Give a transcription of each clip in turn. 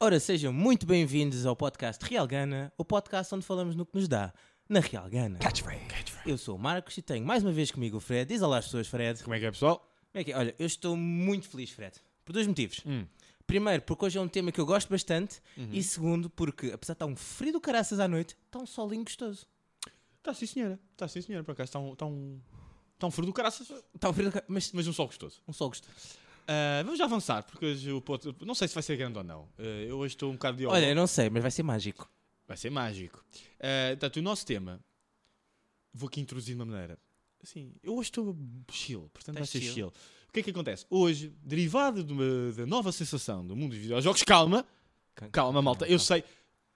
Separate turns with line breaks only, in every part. Ora, sejam muito bem-vindos ao podcast Real Gana, o podcast onde falamos no que nos dá na Real Gana. Eu sou o Marcos e tenho mais uma vez comigo o Fred. Diz olá às pessoas, Fred. Como
Como é que é, pessoal?
é que é? Olha, eu estou muito feliz, Fred, por dois motivos. Primeiro, porque hoje é um tema que eu gosto bastante.
Uhum. Hum.
E segundo, porque apesar de estar um frio do caraças à noite, está um solinho gostoso.
Está Tá sim, senhora. Está sim, senhora. Por acaso está um, está um, está um frio do caraças,
Está um frio do caraças, mas
mas um sol gostoso.
um sol gostoso.
Ah, vamos já avançar, porque hoje o pod... Não sei se vai ser grande ou não. Ah, eu hoje estou um bocado de olho.
Olha, eu não sei, mas vai ser mágico.
Vai ser mágico. Ah, portanto, o nosso tema... Vou aqui introduzir de uma maneira. Assim, eu hoje estou chill, portanto vai
Estás
ser
chill?
chill. O que é que acontece? Hoje, derivado de uma- da nova sensação do mundo dos videojogos... Calma! Calma, malta. Eu sei...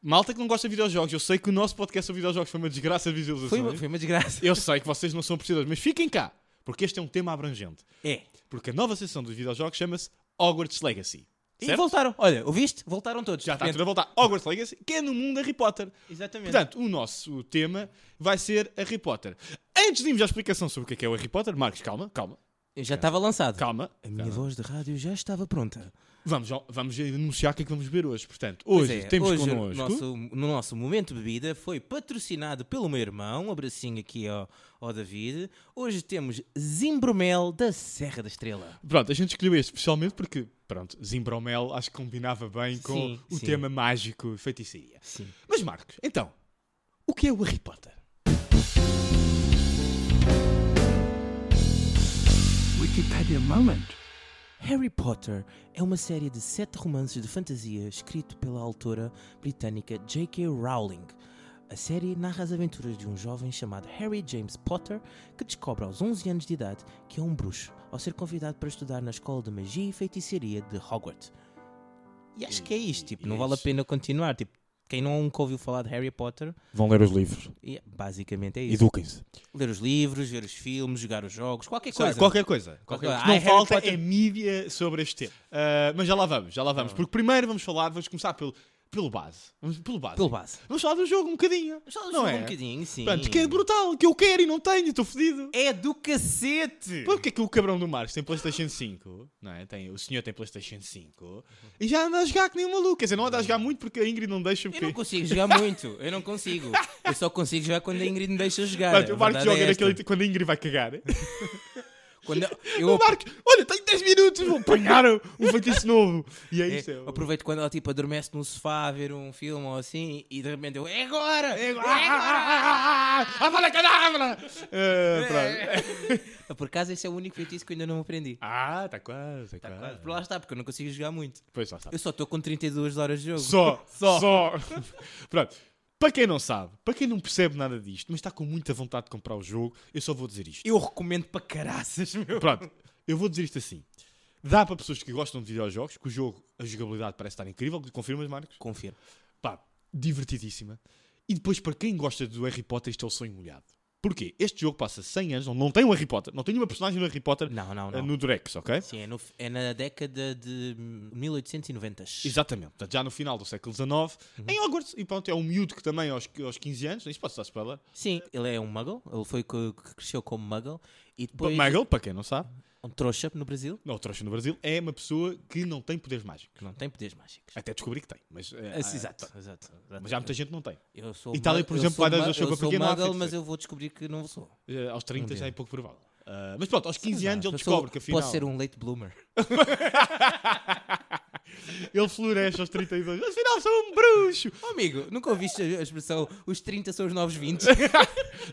Malta que não gosta de videojogos, eu sei que o nosso podcast sobre videojogos foi uma desgraça de visualizações.
Foi uma, foi uma desgraça.
Eu sei que vocês não são apreciadores, mas fiquem cá, porque este é um tema abrangente.
É.
Porque a nova sessão dos videojogos chama-se Hogwarts Legacy.
E
Certo?
voltaram, olha, ouviste? Voltaram todos.
Já está tudo a voltar. Hogwarts Legacy, que é no mundo Harry Potter.
Exatamente.
Portanto, o nosso tema vai ser Harry Potter. Antes de irmos à explicação sobre o que é, que é o Harry Potter, Marcos, calma, calma,
Eu já estava lançado.
calma.
A minha
Calma.
voz de rádio já estava pronta.
Vamos, ao- vamos anunciar o que é que vamos beber hoje. Portanto, hoje
Pois é,
temos
hoje o
connosco.
nosso- no nosso momento bebida foi patrocinado pelo meu irmão, um abracinho aqui ao, ao David. Hoje temos Zimbromel da Serra da Estrela.
Pronto, a gente escolheu este especialmente porque, pronto, Zimbromel acho que combinava bem com
Sim,
o
sim.
tema mágico feitiçaria.
Sim.
Mas Marcos, então, o que é o Harry Potter?
Wikipedia moment.
Harry Potter é uma série de sete romances de fantasia escrito pela autora britânica J.K. Rowling. A série narra as aventuras de um jovem chamado Harry James Potter que descobre aos 11 anos de idade que é um bruxo ao ser convidado para estudar na Escola de Magia e Feitiçaria de Hogwarts. E acho que é isto, tipo,
E
não
é
vale a
isso.
pena continuar. Tipo, quem nunca ouviu falar de Harry Potter,
Vão ler os livros,
e basicamente é isso.
eduquem-se.
Ler os livros, ver os filmes, jogar os jogos, qualquer coisa.
Coisa. Qualquer coisa. Qualquer coisa.
coisa.
O que
Ai,
Não
Harry
falta
Potter-
é mídia sobre este tema. Ah, mas já lá vamos, já lá vamos. Porque primeiro vamos falar, vamos começar pelo, pelo base. Vamos pelo base.
Pelo base.
Vamos falar do jogo um bocadinho.
Só
não é?
um bocadinho, sim.
Portanto, que é brutal, que eu quero e não tenho, estou fodido.
É do cacete!
Pô, porque é que o cabrão do Marcos tem Playstation 5, não é? Tem, o senhor tem Playstation 5 e já anda a jogar que nem um maluco. Quer dizer, não anda a jogar muito porque a Ingrid não deixa.
Eu
Porque...
não consigo jogar muito, eu não consigo. Eu só consigo jogar quando a Ingrid me deixa jogar.
Portanto,
a
o Marcos
verdade
joga
é esta.
naquele, quando a Ingrid vai cagar.
Quando
O
eu,
Marcos, olha, tenho 10 minutos, vou apanhar um feitiço novo. E é isto.
eu-
É,
eu
o-
aproveito quando ela tipo adormece no sofá a ver um filme ou assim e de repente eu. É agora! É agora! É agora!
Ah, é Abracadabra! Ah, pronto.
Por acaso esse é o único feitiço que eu ainda não aprendi.
Ah, está quase, está
Claro,
quase.
por lá está, porque eu não consigo jogar muito.
Pois lá está.
Eu só estou com 32 horas de jogo.
Só, só, só. Pronto. Para quem não sabe, para quem não percebe nada disto, mas está com muita vontade de comprar o jogo, eu só vou dizer isto.
Eu recomendo para caraças, meu.
Pronto, eu vou dizer isto assim. Dá para pessoas que gostam de videojogos, que o jogo, a jogabilidade parece estar incrível, confirmas, Marcos?
Confirmo.
pá, divertidíssima. E depois, para quem gosta do Harry Potter, isto é o sonho molhado. Porquê? Este jogo passa 100 anos, não, não tem um Harry Potter, não tem nenhuma personagem do Harry Potter
Não, não,
eh,
não.
no Drex, ok?
Sim, é, no- é na década de 1890.
Exatamente, portanto, já no final do século XIX,
Uhum.
em Hogwarts, e pronto, é um miúdo que também aos, aos 15 anos, isso pode estar spoiler.
Sim, ele é um muggle, ele foi co- que cresceu como muggle e depois
Pois... Muggle, para quem não sabe,
um trouxa no Brasil
não trouxa no Brasil, é uma pessoa que não tem poderes mágicos.
que não tem poderes mágicos.
Até descobri que tem, mas, eh,
Ah, sim,
ah,
exato,
pronto.
exato, exato.
mas já muita gente não tem.
Eu sou
Itália,
mug-
por
eu
exemplo,
sou
vai dar-
mug-
achou que
eu
eu
sou
pequeno há
muggle,
fixo.
mas eu vou descobrir que não sou.
Eh, aos 30 já é pouco provável. Ah, mas pronto, aos
Mas
15
não,
anos ele
eu sou-
descobre que afinal
Posso ser um late bloomer. um-
ele floresce aos 32, afinal sou um bruxo.
Oh, amigo, nunca ouviste a a expressão os 30 são os novos 20?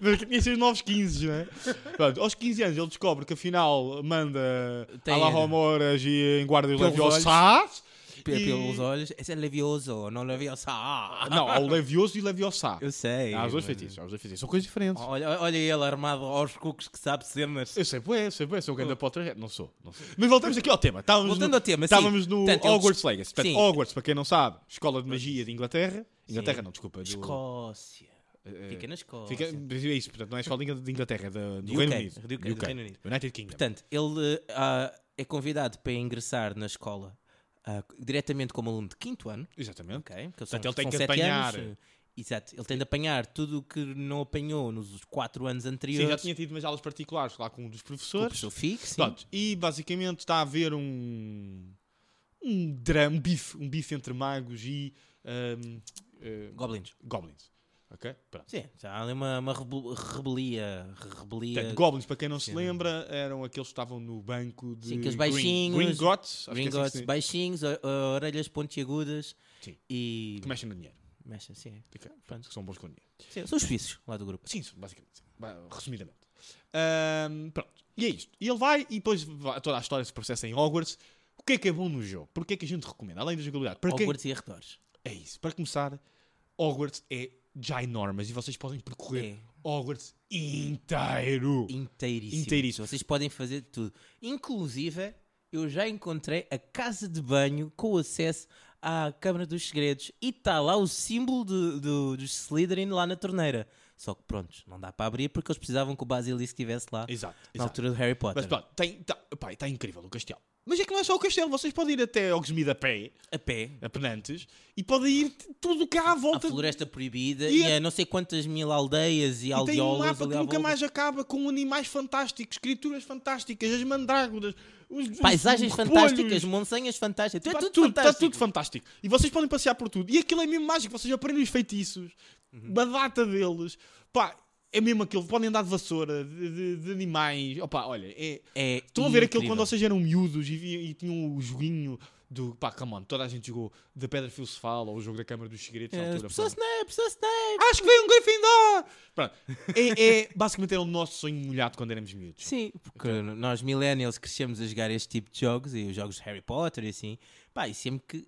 Mas que tinha sido novos 15, né? Pronto, aos 15 anos ele descobre que afinal manda
Tem-
a Homoras e enguarda os
Pelos
Leviosas.
Pe-
E-
Pelos olhos, esse é levioso, Ah! não leviosa.
Não, há o Levioso e o Leviosa.
Eu sei.
Há Ah, os dois
mas-
feitiços, há os dois feitiços. São coisas diferentes.
Olha, olha ele armado aos cucos que sabe cenas.
Eu sei, é, sei, é, sou um grande Potterhead, não sou, não sou. Mas voltamos aqui ao tema. Estávamos
Voltando
no,
ao tema, sim.
Estávamos no
Portanto, eles-
Hogwarts Legacy. Portanto,
Sim.
Hogwarts, para quem não sabe, Escola de Magia de Inglaterra. Inglaterra, não, desculpa. do-
Escócia.
eh,
Fica na Escócia.
Fica, é isso, portanto, não é Escola de Ingl- de Inglaterra, é da- do
UK,
Reino Unido.
do UK, do Reino Unido.
United Kingdom.
Portanto, ele eh, ah, é convidado para ingressar na escola ah, diretamente como aluno de quinto ano.
Exatamente.
Ok? Porque
Portanto, ele tem que
sete
apanhar.
anos, eh, exato, ele tem de apanhar tudo o que não apanhou nos quatro anos
Sim,
anteriores.
já tinha tido umas aulas particulares lá com um dos
com o
professores.
professor Fix. sim.
Pronto, e basicamente está a haver um. um drama, um bife, um bife entre magos e. ahm, eh,
Goblins.
goblins. Ok? Pronto.
Sim, já há ali uma, uma rebel- rebelia. rebelia
Portanto, goblins, para quem não se
eh, Sim.
lembra, eram aqueles que estavam no banco de.
Sim, aqueles
Green-
baixinhos,
Gringotts. acho que é assim que
Gringotts
se-
baixinhos, o- o- orelhas pontiagudas
Sim.
e.
Que mexem no dinheiro.
Mexe, sim.
ok?
Pronto.
Que são bons com dinheiro.
Sim, São os suíços lá do grupo.
Sim, sim, basicamente. sim. Ba- Resumidamente. Ahm, pronto. E é isto. E ele vai e depois vai- toda a história se processa em Hogwarts. O que é que é bom no jogo? Porquê é que a gente recomenda? Além da jogabilidade. Para quem-
Hogwarts e arredores.
É isso. Para começar, Hogwarts é ginormous e vocês podem percorrer
É
Hogwarts inteiro.
inteiríssimo.
Inteiríssimo.
Vocês podem fazer tudo. Inclusive, eu já encontrei a casa de banho com acesso à Câmara dos Segredos e está lá o símbolo do, do, dos Slytherin lá na torneira. Só que pronto, não dá para abrir porque eles precisavam que o Basilisk estivesse lá
Exato.
na
exato.
altura do Harry
Mas
Potter.
pronto, tem, tá, pá, tá incrível o castelo. Mas é que não é só o castelo, vocês podem ir até Hogsmeade a pé,
a pé,
a Penantes, e podem ir t- tudo cá à
a
volta.
floresta proibida
E
e,
a-
a não sei quantas mil aldeias e
E tem um
aldeolas
mapa
ali
que
à
nunca
volta.
mais acaba com animais fantásticos, criaturas fantásticas, as mandrágoras, os, os
Paisagens
repolhos.
fantásticas, montanhas fantásticas, tudo, é
Pá,
tudo
tudo, tá
fantástico.
tudo fantástico. E vocês podem passear por tudo. E aquilo é mesmo mágico. Vocês aprendem os feitiços,
Uhum.
uma data deles. Pá, é mesmo aquilo. Podem andar de vassoura, de, de- de animais. Opa, olha, é...
É
Estão a ver aquilo
incrível.
quando vocês eram miúdos e, vi- e tinham o joguinho do... Pá, come on, toda a gente jogou da Pedra Filosofal ou o jogo da Câmara dos Segredos. na
É,
altura,
Professor
pronto.
Snape, professor Snape.
Acho que veio um Gryffindor! Pronto. É, é- basicamente era o nosso sonho molhado quando éramos miúdos.
Sim, porque nós millennials crescemos a jogar este tipo de jogos e os jogos de Harry Potter e assim. Pá, e sempre que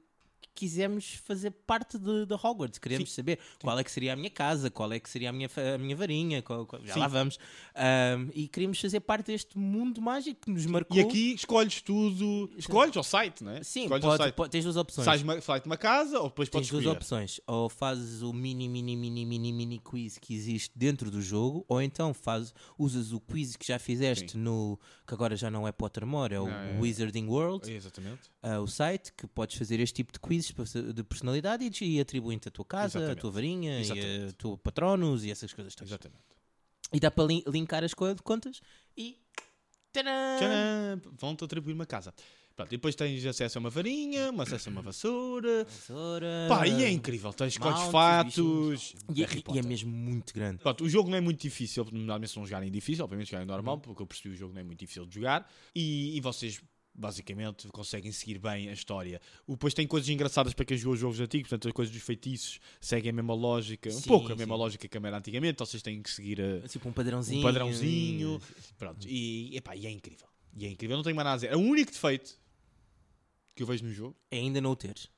quisemos fazer parte de, de Hogwarts, queremos saber qual é que seria a minha casa, qual é que seria a minha, fa- a minha varinha, qual- qual- já
Sim.
lá vamos. Ahm, e queríamos fazer parte deste mundo mágico que nos marcou.
E aqui escolhes tudo. Escolhes ao site, não é?
Sim,
escolhes ao
pode,
site.
pode- tens duas opções.
Sais ma- sai de uma casa ou depois
Tens
podes
duas
escolher.
opções. Ou fazes o mini, mini, mini, mini, mini quiz que existe dentro do jogo, ou então fazes, usas o quiz que já fizeste no. que agora já não é Pottermore, é o
Não, é-
Wizarding World,
Exatamente.
ah, o site, que podes fazer este tipo de quizzes pa- de personalidade e, e atribuem-te a tua casa,
Exatamente.
a tua varinha, e a
Exatamente.
tua patronos e essas coisas todas.
Exatamente.
E dá para lin- linkar as co- contas e. Tcharam!
Tcharam! Vão-te atribuir uma casa. Pronto, e depois tens acesso a uma varinha, uma acesso a uma vassoura.
Tesoura.
Pá, e é incrível. Tens escolhes
Ah, Mounts,
fatos.
E é-
Harry
e é
Potter.
mesmo muito grande.
Pronto, o jogo não é muito difícil, normalmente se não jogarem é difícil, obviamente jogarem normal,
Uhum.
porque eu percebi o jogo não é muito difícil de jogar, e, e vocês basicamente conseguem seguir bem a história. O- Depois tem coisas engraçadas para quem jogou os jogos antigos, portanto as coisas dos feitiços seguem a mesma lógica, um
Sim,
pouco a mesma
sim.
lógica que era antigamente, vocês têm que seguir a,
Tipo um padrãozinho.
um padrãozinho. Pronto, e, epá, e é incrível. E é incrível, não tenho mais nada a dizer. O único defeito que eu vejo no jogo.
Ainda não o teres.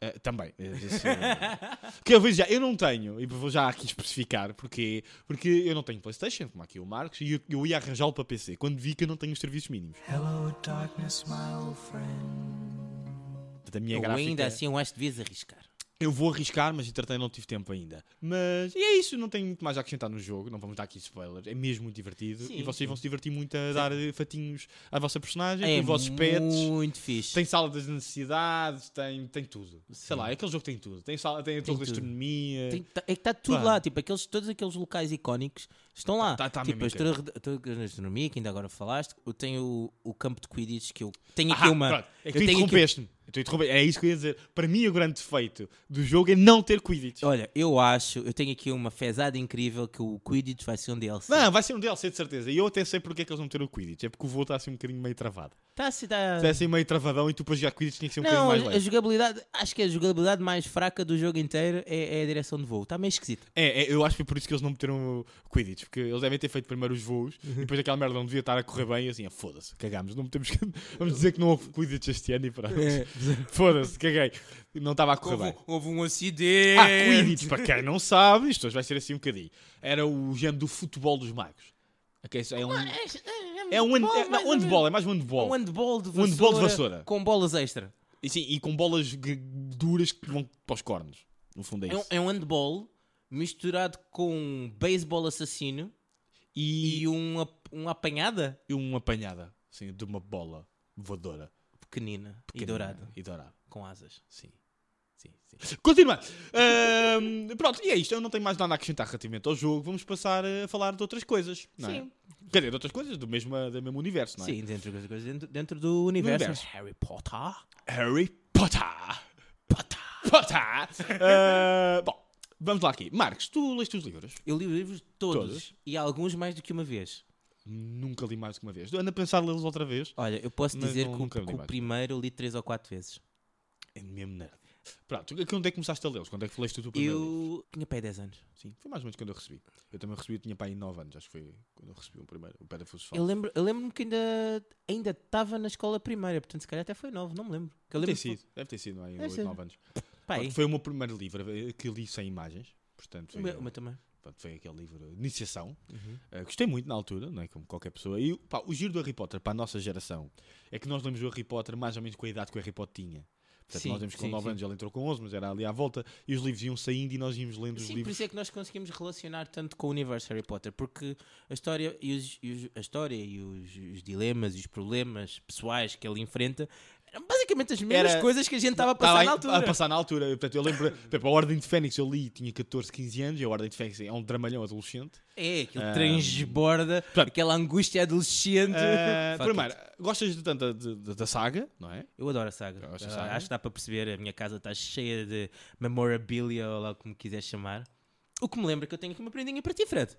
eh, também. eh, esse, eh, que eu vejo já, eu não tenho, e vou já aqui especificar, porque, porque eu não tenho Playstation, como aqui o Marcos, e eu, eu ia arranjá-lo para PC, quando vi que eu não tenho os serviços mínimos.
Hello, darkness, my old friend.
Portanto, a minha
Ou
gráfica, é
ainda assim, eu acho que devias arriscar.
eu vou arriscar, mas entretanto não tive tempo ainda. Mas, e é isso, não tenho muito mais a acrescentar no jogo, não vamos dar aqui spoilers, é mesmo muito divertido,
Sim,
e vocês
sim. É
vão se divertir muito a dar eh, fatinhos à vossa personagem, com os vossos pets.
muito fixe.
Tem sala das necessidades, tem, tem tudo.
Sim.
Sei lá, é aquele jogo tem tudo. Tem, sala, tem a
Tem
torre de
tudo.
astronomia.
Tem- tá- é que está tudo
Pá.
lá, tipo, aqueles, todos aqueles locais icónicos estão lá.
Tá- tá
tipo, a
mesmo
Estrela de- a Estrela de Astronomia, que ainda agora falaste, eu tenho o, o campo de Quidditch que eu tenho aqui
Ah,
uma.
pronto. É que
eu
tu
tenho aqui-
interrompeste-me. Tu interrompeste. É isso que eu ia dizer. Para mim, o grande defeito do jogo é não ter Quidditch.
Olha, eu acho, eu tenho aqui uma fezada incrível que o Quidditch vai ser um DLC.
Não, vai ser um DLC de certeza. E eu até sei porque é que eles não meteram o Quidditch. É porque o voo está assim um bocadinho meio travado.
Tá, se dá...
Está assim meio travadão e tu para jogar Quidditch tinha que ser um
Não,
bocadinho
a, a
mais leve.
jogabilidade, acho que a jogabilidade mais fraca do jogo inteiro é, é a direção de voo. Está meio esquisita.
É, é, eu acho que foi por isso que eles não meteram o Quidditch. Porque eles devem ter feito primeiro os voos
Uhum.
e depois aquela merda não devia estar a correr bem. E assim, ah, foda-se, cagámos. Não metemos... Vamos dizer que não houve Quidditch este ano e pronto.
É,
Foda-se, caguei. Não estava a correr bem.
um acidente.
Ah, Quidditch, para quem não sabe, isto hoje vai ser assim um bocadinho. Era o género do futebol dos magos. Ok, isso é um. É um hand- é, não, handball, é mais um handball.
Um handball de
Um
vassoura.
handball de vassoura.
Com bolas extra.
E, sim, e com bolas g- duras que vão para os cornos. No fundo é
É um,
isso.
é um handball misturado com um beisebol assassino
E,
e uma, uma apanhada.
e uma apanhada, assim, de uma bola voadora.
pequenina, e
Pequenina
dourada,
E dourada,
com asas.
sim. Sim, sim. Continua! pronto, e é isto. Eu não tenho mais nada a acrescentar relativamente ao jogo. Vamos passar a falar de outras coisas. Não é?
Sim.
Quer dizer, de outras coisas do mesmo, do mesmo universo, não é?
Sim, dentro, das coisas, dentro, dentro do universo.
universo.
Harry Potter.
Harry Potter. Potter. Potter. Eh, bom, vamos lá aqui. Marcos, tu leste os livros?
Eu li os livros todos,
Todos?
e alguns mais do que uma vez.
Nunca li mais do que uma vez. Ando a pensar em lê-los outra vez.
Olha, eu posso
Mas
dizer
não-
que o,
nunca li
que o
mais.
primeiro eu li três ou quatro vezes.
É mesmo nerd. Pronto, que- quando é que começaste a lê-los? Quando é que leste o teu primeiro livro?
Eu tinha pé 10 anos.
Sim, foi mais ou menos quando eu recebi. Eu também recebi, eu tinha pai em 9 anos, acho que foi quando eu recebi o primeiro, o Parafuso Fácil.
Eu lembro- eu lembro-me que ainda ainda estava na escola primária, portanto se calhar até foi novo, não me lembro. Que eu
Deve
lembro
ter sido, deve ter sido, não é? Em
Deve
8,
ser.
9 anos.
Pá, é aí.
Pronto, foi o meu primeiro livro eh, que li sem imagens. Portanto,
o
foi,
meu, o meu também.
pronto, foi aquele livro de Iniciação. Eh, gostei muito na altura, não é? Como qualquer pessoa. E pá, o giro do Harry Potter para a nossa geração é que nós lemos o Harry Potter mais ou menos com a idade que o Harry Potter tinha. Portanto,
Sim,
nós lemos com
sim,
9
sim.
anos, ele entrou com 11, mas era ali à volta. E os livros iam saindo e nós íamos lendo os
Sim, por
livros.
isso é que nós conseguimos relacionar tanto com o universo Harry Potter, porque a história e os, e os- a história e os, os dilemas e os problemas pessoais que ele enfrenta eram basicamente as mesmas
Era-
coisas que a gente estava a
Estava
passar
aí
na altura.
Tá A passar na altura. Portanto, eu lembro, por exemplo, a Ordem de Fênix eu li, tinha 14, 15 anos, e a Ordem de Fênix é um dramalhão adolescente.
É, aquilo
Ah,
transborda,
portanto-
aquela angústia adolescente.
Ah,
Fuck
primeiro,
it.
gostas de tanta de- de- da saga, não é?
Eu adoro a saga.
Eu gosto
Ah,
da saga.
Acho que dá para perceber, a minha casa está cheia de memorabilia, ou lá como quiser chamar. O que me lembra que eu tenho aqui uma prendinha para ti, Fred.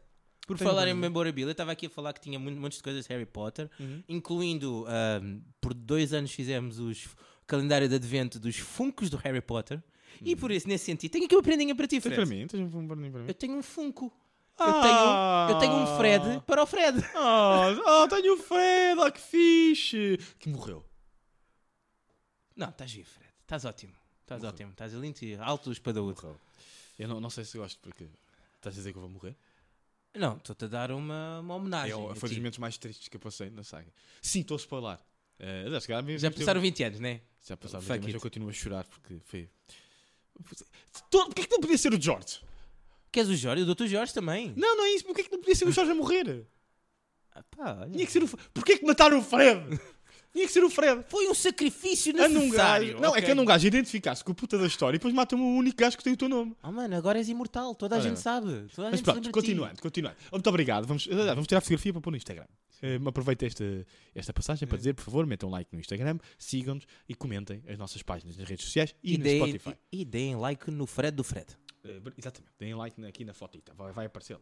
Por
Tenho
falar
uma
em
prendinha.
memorabilia, eu estava aqui a falar que tinha mu- muitas coisas de Harry Potter,
Uhum.
incluindo, ahm, por dois anos fizemos os f- calendário de advento dos funcos do Harry Potter, e por isso, nesse sentido, tenho aqui uma prendinha para ti,
Tens
Fred.
Hum. para mim, tens um para mim. Para mim.
Eu tenho um funco.
Ah!
Eu, tenho, eu tenho um Fred para o Fred.
Oh, oh, tenho o Fred, oh, que fixe! Que morreu.
Não, estás vivo, Fred. Estás ótimo. Estás
Morreu.
ótimo. Estás lindo e alto espadaúdo.
Morreu. Eu não, não sei se gosto, porque. Estás a dizer que eu vou morrer?
Não, estou-te a dar uma, uma homenagem. tipo.
É,
a
o- foi
ti.
dos momentos mais tristes que eu passei na saga. Sim, estou a spoiler. Eh, aliás, se calhar mesmo
Já
teve-
passaram 20 anos, não é?
Já passaram,
Fuck
mas eu
it.
continuo a chorar porque foi. Todo... Porquê que não podia ser o George?
Queres o Jorge? O Dr. Jorge também.
Não, não é isso. Porquê que não podia ser o Jorge a morrer?
Ah, pá, olha.
Tinha que ser o. F- Porquê que mataram o Fred? Tinha que ser o Fred.
Foi um sacrifício
Anda um
necessário.
gajo. Não, é que anda um gajo identificasse com o puta da história e depois mata-me o único gajo que tem o teu nome.
Oh, mano, agora és imortal. Toda a
Olha.
gente sabe. Toda a
Mas
gente
pronto,
lembra de
continuando, continuando. Muito obrigado. Vamos, eh, vamos tirar a fotografia para pôr no Instagram. Eh, aproveito esta, esta passagem
É.
para dizer, por favor, metam like no Instagram, sigam-nos e comentem as nossas páginas nas redes sociais
ti.
e,
E
no
deem,
Spotify.
e, e deem like no Fred do Fred.
Eh, br- exatamente. Deem like na- aqui na fotita. Vai, vai aparecer lá.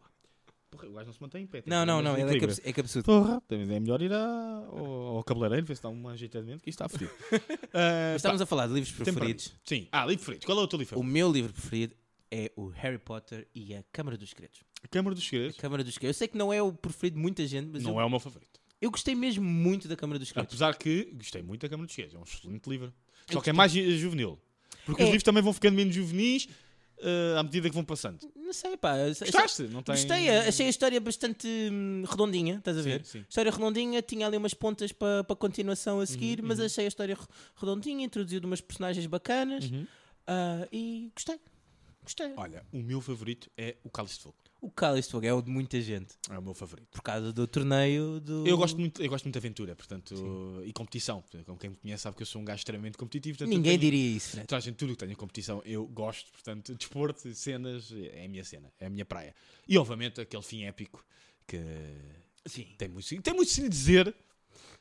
Porra, o gajo não se mantém em pé. tem
Não,
que-
não,
mas
não. Ele é,
incrível.
cabeçudo. é cabeçudo.
Porra, também é melhor ir a- ao, ao cabeleireiro, ver se dá um ajeitadimento, que isto está fodido. Eh,
Mas
pá,
Estamos a falar de livros
tempo para
preferidos.
mim. Sim. Ah, livro preferido. Qual é o teu livro
O
preferido?
meu livro preferido é o Harry Potter e a Câmara dos Segredos.
A Câmara dos Segredos
Câmara dos Segredos. Eu sei que não é o preferido de muita gente, mas
não
eu,
é Ah. o meu favorito.
eu gostei mesmo muito da Câmara dos Segredos.
Apesar que gostei muito da Câmara dos Segredos, é um excelente livro. Só
Eu
que é mais ju- juvenil. Porque os
É.
livros também vão ficando menos juvenis eh, à medida que vão passando.
Não sei, pá. eu-
Gostaste? Não
Então,
tem...
Gostei, é- a- achei a história bastante hum, redondinha, estás a
Sim,
ver?
sim.
História redondinha, tinha ali umas pontas para a continuação a seguir, mas achei a história re- redondinha, introduzido umas personagens bacanas ah, e gostei. Gostei.
Olha, o meu favorito é o Cálice de Fogo.
O Cálice de Fogo é o de muita gente,
É o meu favorito.
por causa do torneio do.
Eu gosto muito, eu gosto muito de aventura portanto, e competição. Portanto, Como quem me conhece sabe que eu sou um gajo extremamente competitivo. portanto, eu
Ninguém
tenho-
diria isso, Fred.
Trazem tudo que tenha competição, eu gosto, portanto, desporto, cenas, é a minha cena, é a minha praia. E obviamente aquele fim épico que
Sim.
tem muito, tem muito se lhe dizer,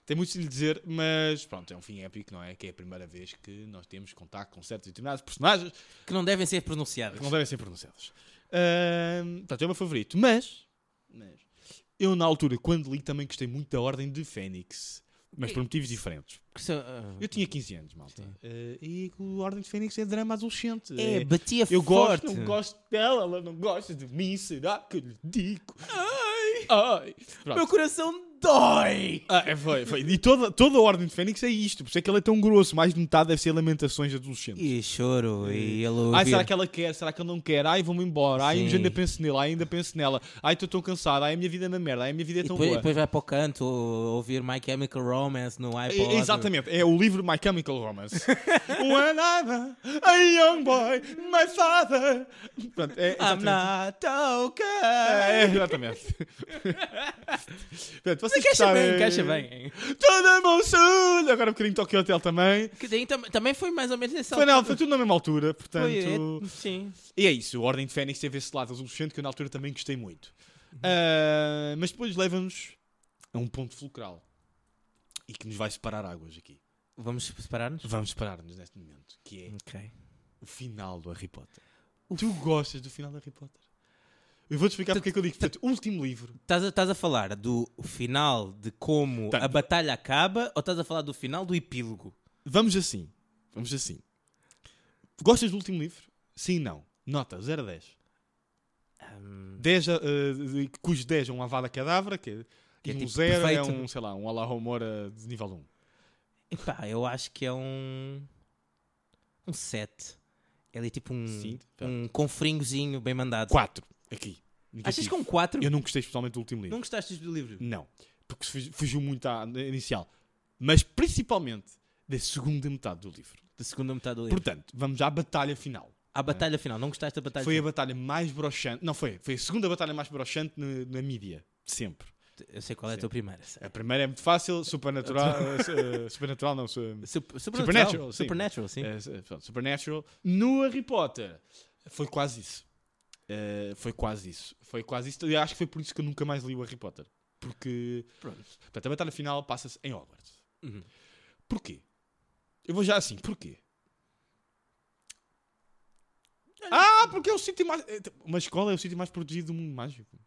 tem muito se lhe dizer, mas pronto, é um fim épico, não é? Que é a primeira vez que nós temos contacto com certos e determinados personagens
Que não devem ser
que
pronunciadas.
não devem ser pronunciados. Ahm, portanto, é o meu favorito, mas, mas eu na altura, quando li, também gostei muito da Ordem de Fênix, mas por motivos diferentes.
Que são, ah,
Eu tinha 15 anos, malta, Ah, e a Ordem de Fênix é drama adolescente.
É, batia
Eu
forte.
gosto, eu gosto dela, ela não gosta de mim, será que eu lhe digo? Ai! Pronto.
Meu coração dói!
Ah, é, foi, foi. E toda, toda a Ordem de Fênix é isto, por isso é que ele é tão grosso, mais de metade deve ser lamentações de adolescente.
E choro, e ele
Ai, será
ouvir.
que ela quer? Será que ele não quer? Ai, vou-me embora. Ai,
Sim.
ainda penso nele. Ai, ainda penso nela. Ai, estou tão cansado. Ai, a minha vida é uma merda. Ai, a minha vida é
E
tão
depois,
boa.
depois vai para o canto ou- ouvir My Chemical Romance no
É,
iPod.
Exatamente, é o livro My Chemical Romance. When I'm a young boy, my father. Pronto, é
I'm
exatamente.
not okay.
É, exatamente. Portanto, vocês
Encaixa
gostaram.
bem, encaixa bem.
Toda Monsul! Agora um bocadinho Tokyo Hotel também.
Que daí tam- também foi mais ou menos nessa
Foi, não,
altura.
foi tudo na mesma altura, portanto.
Foi, é, sim.
E é isso, o Ordem de Fênix teve esse lado adolescente que eu na altura também gostei muito. Ah, mas depois leva-nos a um ponto fulcral e que nos vai separar águas aqui.
Vamos separar-nos?
Vamos separar-nos neste momento, que é
Ok.
o final do Harry Potter. Tu gostas do final do Harry Potter? Eu vou-te explicar porque é que eu digo. Portanto, último livro.
Estás a, estás a falar do final de como
Tá.
a batalha acaba ou estás a falar do final do epílogo?
Vamos assim. Vamos assim. Gostas do último livro? Sim, não. Nota 0 a 10.
Hum,
10 a, eh, cujo 10 é um avada cadavra, que, é-
Que é
e um
tipo
0 é
perfeito.
um, sei lá, um alá Romora de nível 1.
epá, eu acho que é um. Um 7. Ele é tipo um.
Sim, tá. pronto.
um confringozinho bem mandado.
4 aqui.
Achas
Negativo.
que é um 4?
Eu não gostei especialmente do último livro.
Não gostaste do livro?
Não. Porque fugi- fugiu muito à inicial. Mas principalmente da segunda metade do livro.
Da segunda metade do livro.
Portanto, vamos à batalha final.
A batalha final. Não gostaste da batalha
Foi a
final?
batalha mais broxante. Não foi. Foi a segunda batalha mais broxante na, na mídia. Sempre.
Eu sei qual é a tua primeira.
A primeira é muito fácil. Supernatural. eh, eh, supernatural não. su-
Sup- Supernatural.
Supernatural, sim.
Supernatural, sim.
eh, su- pronto, supernatural. No Harry Potter. Foi quase isso. Eh, foi quase isso. Foi quase isso. Eu acho que foi por isso que eu nunca mais li o Harry Potter. Porque.
Pronto.
Portanto, a batalha final passa-se em Hogwarts.
Uhum.
Porquê? Eu vou já assim, porquê? Ah, porque é o sítio mais. é, tipo, Uma escola é o sítio mais protegido do mundo mágico.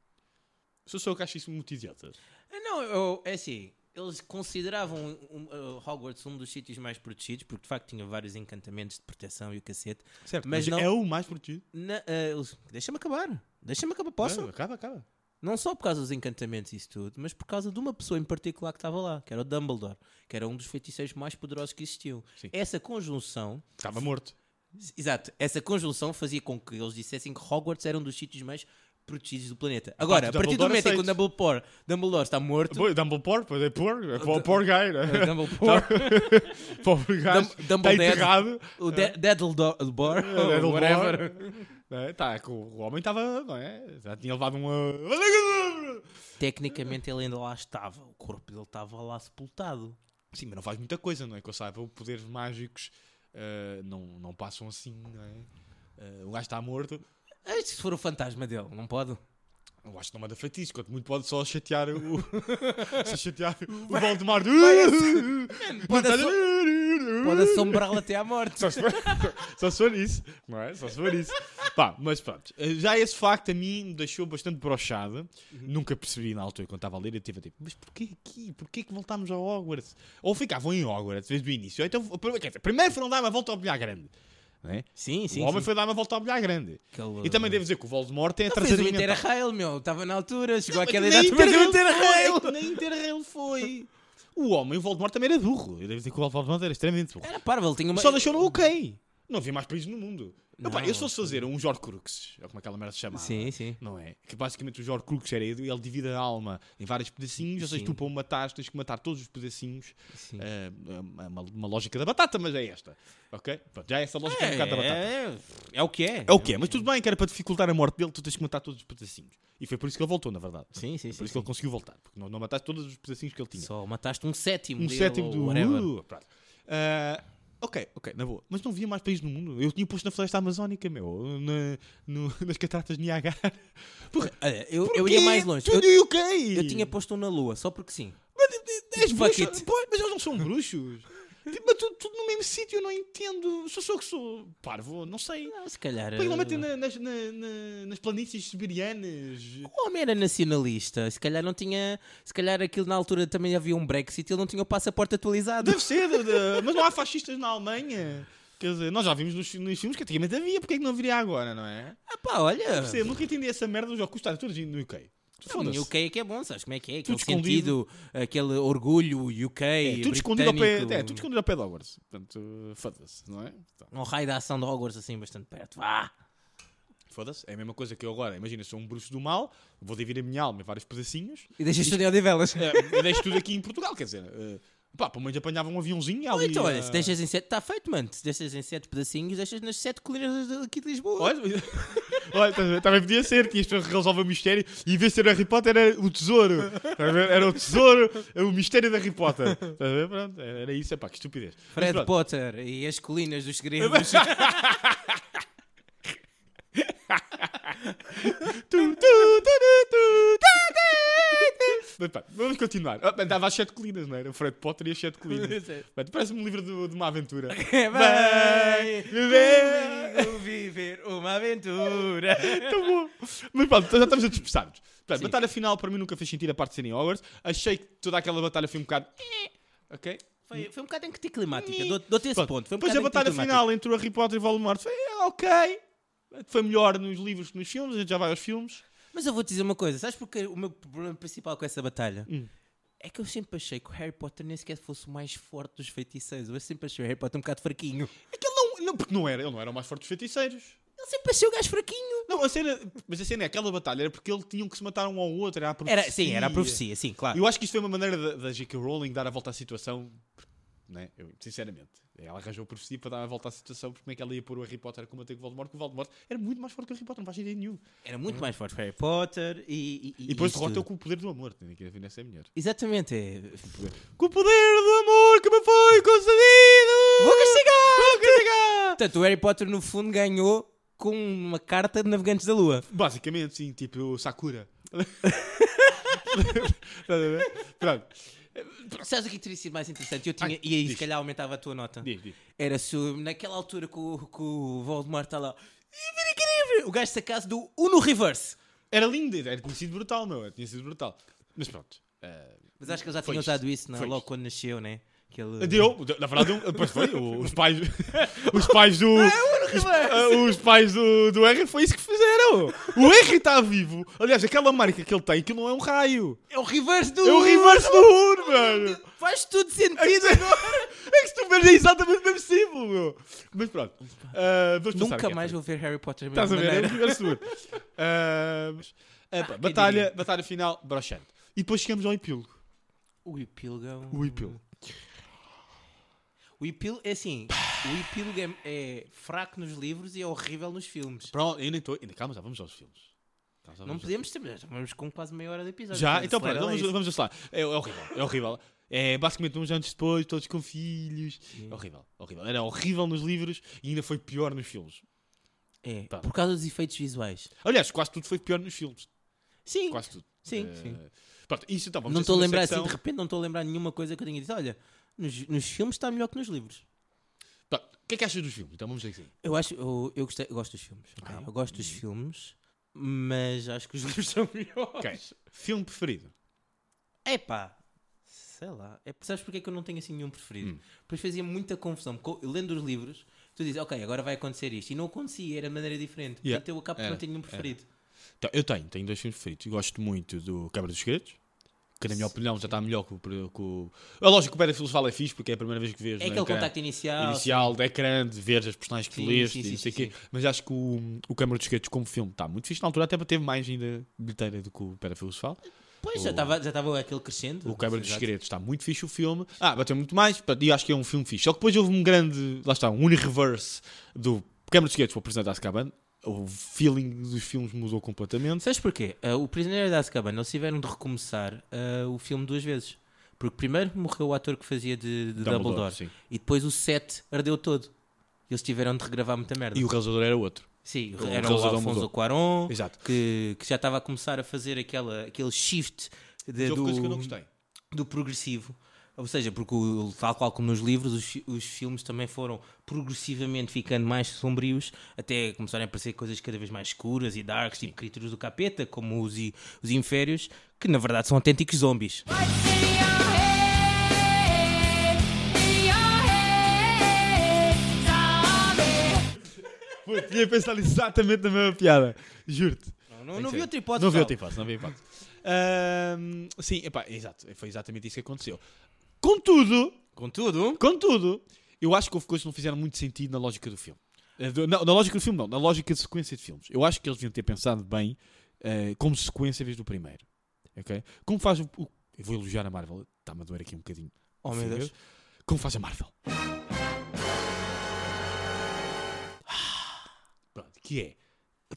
Sou só eu que acho isso muito idiota.
Ah, Não, eu- é assim. Eles consideravam um, um, uh, Hogwarts um dos sítios mais protegidos, porque de facto tinha vários encantamentos de proteção e o cacete.
Certo,
mas
mas,
não-
é o mais protegido.
Na- ah, eles- Deixa-me acabar. Deixa-me acabar. Posso?
Ah, acaba, acaba.
Não só por causa dos encantamentos e isso tudo, mas por causa de uma pessoa em particular que estava lá, que era o Dumbledore, que era um dos feiticeiros mais poderosos que existiam.
Sim.
Essa conjunção,
Estava morto.
exato, essa conjunção fazia com que eles dissessem que Hogwarts era um dos sítios mais protegidos do planeta. Agora, a
do
partir do
Dumbledore
momento em que o
aceito.
Dumbledore, Dumbledore está morto,
Pô, Dumbledore, pois é poor, é poor, poor guy, né?
Dumbledore,
Pobre gajo.
Dum-
Está
Dumbledore. é
enterrado.
o De Deadledore,
É, é do
ou Oh, whatever.
Dumbledore, né? Tá, que o homem estava, não é? Já tinha levado uma.
Tecnicamente ele ainda lá estava, o corpo dele estava lá sepultado.
Sim, mas não faz muita coisa, não é? Que eu saiba, poderes mágicos ah, não, não passam assim, não é? Ah, o gajo está morto,
Ah, Se for o fantasma dele, não pode?
o gajo não manda feitiço, quanto muito pode só chatear o. só chatear o Voldemort.
Pode, asso pode assombrá-lo até à morte.
Só se, for, só se for isso, não é? Só se for isso. Pá, mas pronto. Eh, Já esse facto a mim me deixou bastante brochado.
Uhum.
Nunca percebi na altura quando estava a ler. Eu tive tipo, mas porquê aqui? Porquê que voltámos a Hogwarts? Ou ficavam em Hogwarts desde o início. Ou então, quer dizer, primeiro foram dar uma volta ao bilhar grande. Não é?
Sim, sim.
o homem
sim.
foi dar uma volta ao bilhar grande.
Aquele-
E também devo dizer que o Voldemort tem a
Não fez o
traseira
Interrail, meu. Estava na altura, chegou
Mas
àquela
nem
idade para fazer o
Interrail
Interrail.
foi, Nem Interrail foi. O homem, o Voldemort, também era burro. Eu devo dizer que o Voldemort era extremamente burro.
Era parvo, ele tinha uma...
Só deixou no ok. Não havia mais países no mundo.
Não,
Epá, eu se fosse fazer um Jorge Crux, ou como aquela merda se chamava.
Sim, sim.
Não é? Que basicamente o Jorge Crux era ele, ele divide a alma em vários pedacinhos, ou seja,
Sim.
tu para o matar tens que matar todos os pedacinhos.
sim.
É, é uma, uma lógica da batata, mas é esta. Ok? Pronto, já é essa lógica é, um bocado da batata.
é- é o que é.
É o que é, mas tudo bem que era para dificultar a morte dele, tu tens que matar todos os pedacinhos. E foi por isso que ele voltou, na verdade.
Sim, sim,
Por
sim.
isso que ele conseguiu voltar, porque não, não mataste todos os pedacinhos que ele tinha
Só mataste um sétimo
um
dele,
sétimo
ou
do
whatever.
Uh, pronto. Ah, ok, ok, na boa. Mas não havia mais país no mundo. Eu tinha posto na floresta amazónica, meu. Na, no- nas cataratas de Niagara.
Olha, eu, eu
Porquê?
ia mais longe.
Tudo
Eu,
ok.
eu tinha posto um na lua, só porque sim.
És
Fuck
bruxo.
it.
Pois, mas eles não são bruxos. Tipo, mas tudo, tudo no mesmo sítio, eu não entendo. Só sou eu que sou parvo, não sei.
Ah, se calhar...
Por que não
uh,
metem na- nas, na- na- nas planícies siberianas?
O homem era nacionalista, se calhar não tinha. Se calhar aquilo na altura também havia um Brexit e ele não tinha o passaporte atualizado.
Deve ser, de- de- mas não há fascistas na Alemanha. Quer dizer, nós já vimos nos, nos filmes que antigamente havia, porque é que não haveria agora, não é?
Ah pá, olha.
percebo, nunca entendi essa merda dos óculos estarem todos no UK.
O
Foda-se.
UK é que é bom, sabes como é que é? Aquele
Tudo escondido.
sentido, aquele orgulho UK.
É, tudo escondido ao pé,
britânico,
é, tudo escondido ao pé de Hogwarts. Portanto, foda-se, não é? Então,
Um raio da ação de Hogwarts assim bastante perto. Vá!
foda-se. É a mesma coisa que eu agora. Imagina, sou um bruxo do mal, vou dividir a minha alma em vários pedacinhos
E deixa o de velas.
eh, e deixo tudo aqui em Portugal. Quer dizer, eh, Pá, pelo menos apanhava um aviãozinho
Ou
ali.
então, olha,
ah,
se deixas em sete, está feito, mano. Se deixas em sete pedacinhos, deixas nas sete colinas de- aqui de Lisboa.
Olha, olha, estás a ver? também podia ser, tinhas pessoas que resolvem o mistério e em vez de ser o Harry Potter era o tesouro. Estás a ver? Era o tesouro, é o mistério de Harry Potter. Estás a ver? Pronto, era isso, epá, que estupidez. Mas
Fred
pronto.
Potter e as colinas dos segredos.
Tu, tu, tu, tu, tu, tu, tu. Mas, pá, vamos continuar. Ah, bem, Dava as sete colinas, não era? O Fred Potter e as sete colinas.
é.
Bem, Parece-me um livro do- de uma aventura.
Vai
viver.
comigo viver uma aventura.
Tá bom. Mas pronto, já estamos a dispersar-nos. Portanto,
Sim.
batalha final para mim nunca fez sentido a parte de serem Hogwarts. Achei que toda aquela batalha foi um bocado. eh, Ok?
Foi, foi um bocado anticlimática, dou- dou-te esse
Pronto,
ponto. Foi um
Depois a
bocado
batalha
anticlimática.
final entre o Harry Potter e o Voldemort foi eh, ok. Foi melhor nos livros que nos filmes, a gente já vai aos filmes.
Mas eu vou-te dizer uma coisa, sabes porque o meu problema principal com essa batalha?
Hum.
É que eu sempre achei que o Harry Potter nem sequer fosse o mais forte dos feiticeiros. Eu sempre achei o Harry Potter um bocado fraquinho.
Aquele não, não, porque não era, ele não era o mais forte dos feiticeiros.
Eu sempre achei o gajo fraquinho.
Não, a cena, mas a cena é aquela batalha, era porque eles tinham que se matar um ao outro, era a profecia.
Era, sim, era a profecia, sim, claro.
Eu acho que isto foi uma maneira da, da J.K. Rowling dar a volta à situação, né? Eu, sinceramente. Ela arranjou a profecia para dar a volta à situação, porque como é que ela ia pôr o Harry Potter a combater com o Voldemort? Porque o Voldemort era muito mais forte que o Harry Potter, não faz sentido nenhum.
Era muito mais forte o Harry Potter e.
E depois
isso
derrota-o
tudo.
com o poder do amor, tinha que definir essa melhor.
Exatamente. é-
Com o poder do amor que me foi concedido!
Vou castigar!
Vou castigar!
Portanto, o Harry Potter no fundo ganhou com uma carta de Navegantes da Lua.
Basicamente, sim, tipo Sakura. Estás a ver? Pronto,
Sabes o que teria sido mais interessante? Eu tinha,
Ai,
e aí,
diz.
se calhar, aumentava a tua nota.
diz, diz.
Era se o- naquela altura que o, que o Voldemort está lá. O gajo sacasse do Uno Reverse.
Era lindo, era, tinha sido brutal, meu, era, tinha sido brutal. Mas pronto. eh,
Mas acho que ele já
Foi
tinha
isto.
usado isso não? é?
Foi
logo
isto.
quando nasceu, né? Que ele...
Deu, na verdade, um, pois foi, o- os pais, os pais do, os, ah, os pais do, do R foi isso que fizeram. O R está vivo. Aliás, aquela marca que ele tem, que não é um raio.
É o reverse do
É o reverse do Uno, mano.
Faz tudo sentido.
É que, tu- é que se tu vês é exatamente o mesmo símbolo, meu. Mas pronto, ah, vamos passar
Nunca
aqui à
mais
frente.
vou ver Harry Potter da
Estás a
mesma
ver, é o
maneira.
reverse do Uno. Ah, mas- ah, pá, batalha, batalha final, broxante. E depois chegamos ao epílogo.
O epílogo. é um-
O epílogo.
O epílogo é assim. O epílogo é, é fraco nos livros e é horrível nos filmes.
Pronto, ainda estou. ainda- Calma, já vamos aos filmes. Calma, já
Não
vamos aos-
podemos ter, já vamos com quase meia hora de episódio.
Já?
Portanto,
Então pronto,
acelera lá
vamos,
isso.
vamos lá. É, é horrível, é horrível. É basicamente uns anos depois, todos com filhos. É horrível, horrível. Era horrível nos livros e ainda foi pior nos filmes.
É,
Tá.
por causa dos efeitos visuais.
Aliás, quase tudo foi pior nos filmes.
Sim,
Quase tudo.
sim,
Eh,
sim.
Pronto, isso então, vamos
Não
à
estou a
segunda
lembrar
secção.
assim, de repente, não estou a lembrar nenhuma coisa que eu tenha dito. Olha, nos, nos filmes está melhor que nos livros.
Pronto, o que é que achas dos filmes? Então vamos dizer assim.
Eu acho, eu, eu, gostei- eu gosto dos filmes. ok?
Ah,
Eu gosto dos
hum.
filmes, mas acho que os livros são melhores.
Ok. Filme preferido?
Epá, sei lá. É, sabes porque é que eu não tenho assim nenhum preferido?
Hum.
Pois fazia muita confusão. Co- Eu lendo os livros, tu dizes, ok, agora vai acontecer isto. E não acontecia, era de maneira diferente. Portanto,
Yeah. É,
eu acabo por
Era,
não ter nenhum
era.
preferido.
Então, eu tenho, tenho dois filmes preferidos. Gosto muito do Câmara dos Segredos, que na minha opinião já está melhor que o. Que o... É lógico que o Pedra Filosofal é fixe, porque é a primeira vez que vês.
É
no
aquele
ecrã.
contacto inicial.
inicial da ecrã, de ver as personagens que
Sim,
tu leste
sim,
e
sim,
não sei o
sim,
quê. Mas acho que o, o Câmara dos Segredos como filme está muito fixe. Na altura até teve mais ainda bilheteira do que o Pera Filosofal.
Pois, já
O-
estava já estava aquele crescendo.
O Câmara dos
Exato.
Segredos está muito fixe o filme. Ah, bateu muito mais portanto, e acho que é um filme fixe. Só que depois houve um grande, lá está, um universe do Câmara dos Segredos para apresentar-se Caban. O feeling dos filmes mudou completamente.
Sabes porquê? Ah, o Prisioneiro de Azkaban, eles tiveram de recomeçar ah, o filme duas vezes. Porque primeiro morreu o ator que fazia de, de Dumbledore,
sim.
e depois o set ardeu todo. Eles tiveram de regravar muita merda.
E o realizador era outro.
Sim,
o
era o
realizador
Alfonso
mudou.
Cuarón,
Exato.
que, que já estava a começar a fazer aquela, aquele shift de-
Mas houve
É do,
coisas que eu não gostei.
do progressivo. Ou seja, porque o- tal qual como nos livros, os, fi- os filmes também foram progressivamente ficando mais sombrios, até começarem a aparecer coisas cada vez mais escuras e darks, tipo criaturas do capeta, como os, i- os inférios, que na verdade são autênticos zombies.
Pô, tinha pensado exatamente na mesma piada. Juro-te.
Não,
Tem
não,
que
não vi
ser.
outra hipótese.
Não vi
Paulo.
outra hipótese, não vi hipótese. Ahm, sim, epá, exato, foi exatamente isso que aconteceu. Contudo,
Contudo,
contudo, eu acho que houve coisas que não fizeram muito sentido na lógica do filme. Eh, do- Na, na lógica do filme, não, na lógica de sequência de filmes. Eu acho que eles deviam ter pensado bem eh, como sequência em vez do primeiro. ok? Como faz o. o- eu vou elogiar a Marvel, está-me a doer aqui um bocadinho.
Oh, meu
Fingers,
Deus.
Como faz a Marvel. Ah, Pronto, que é.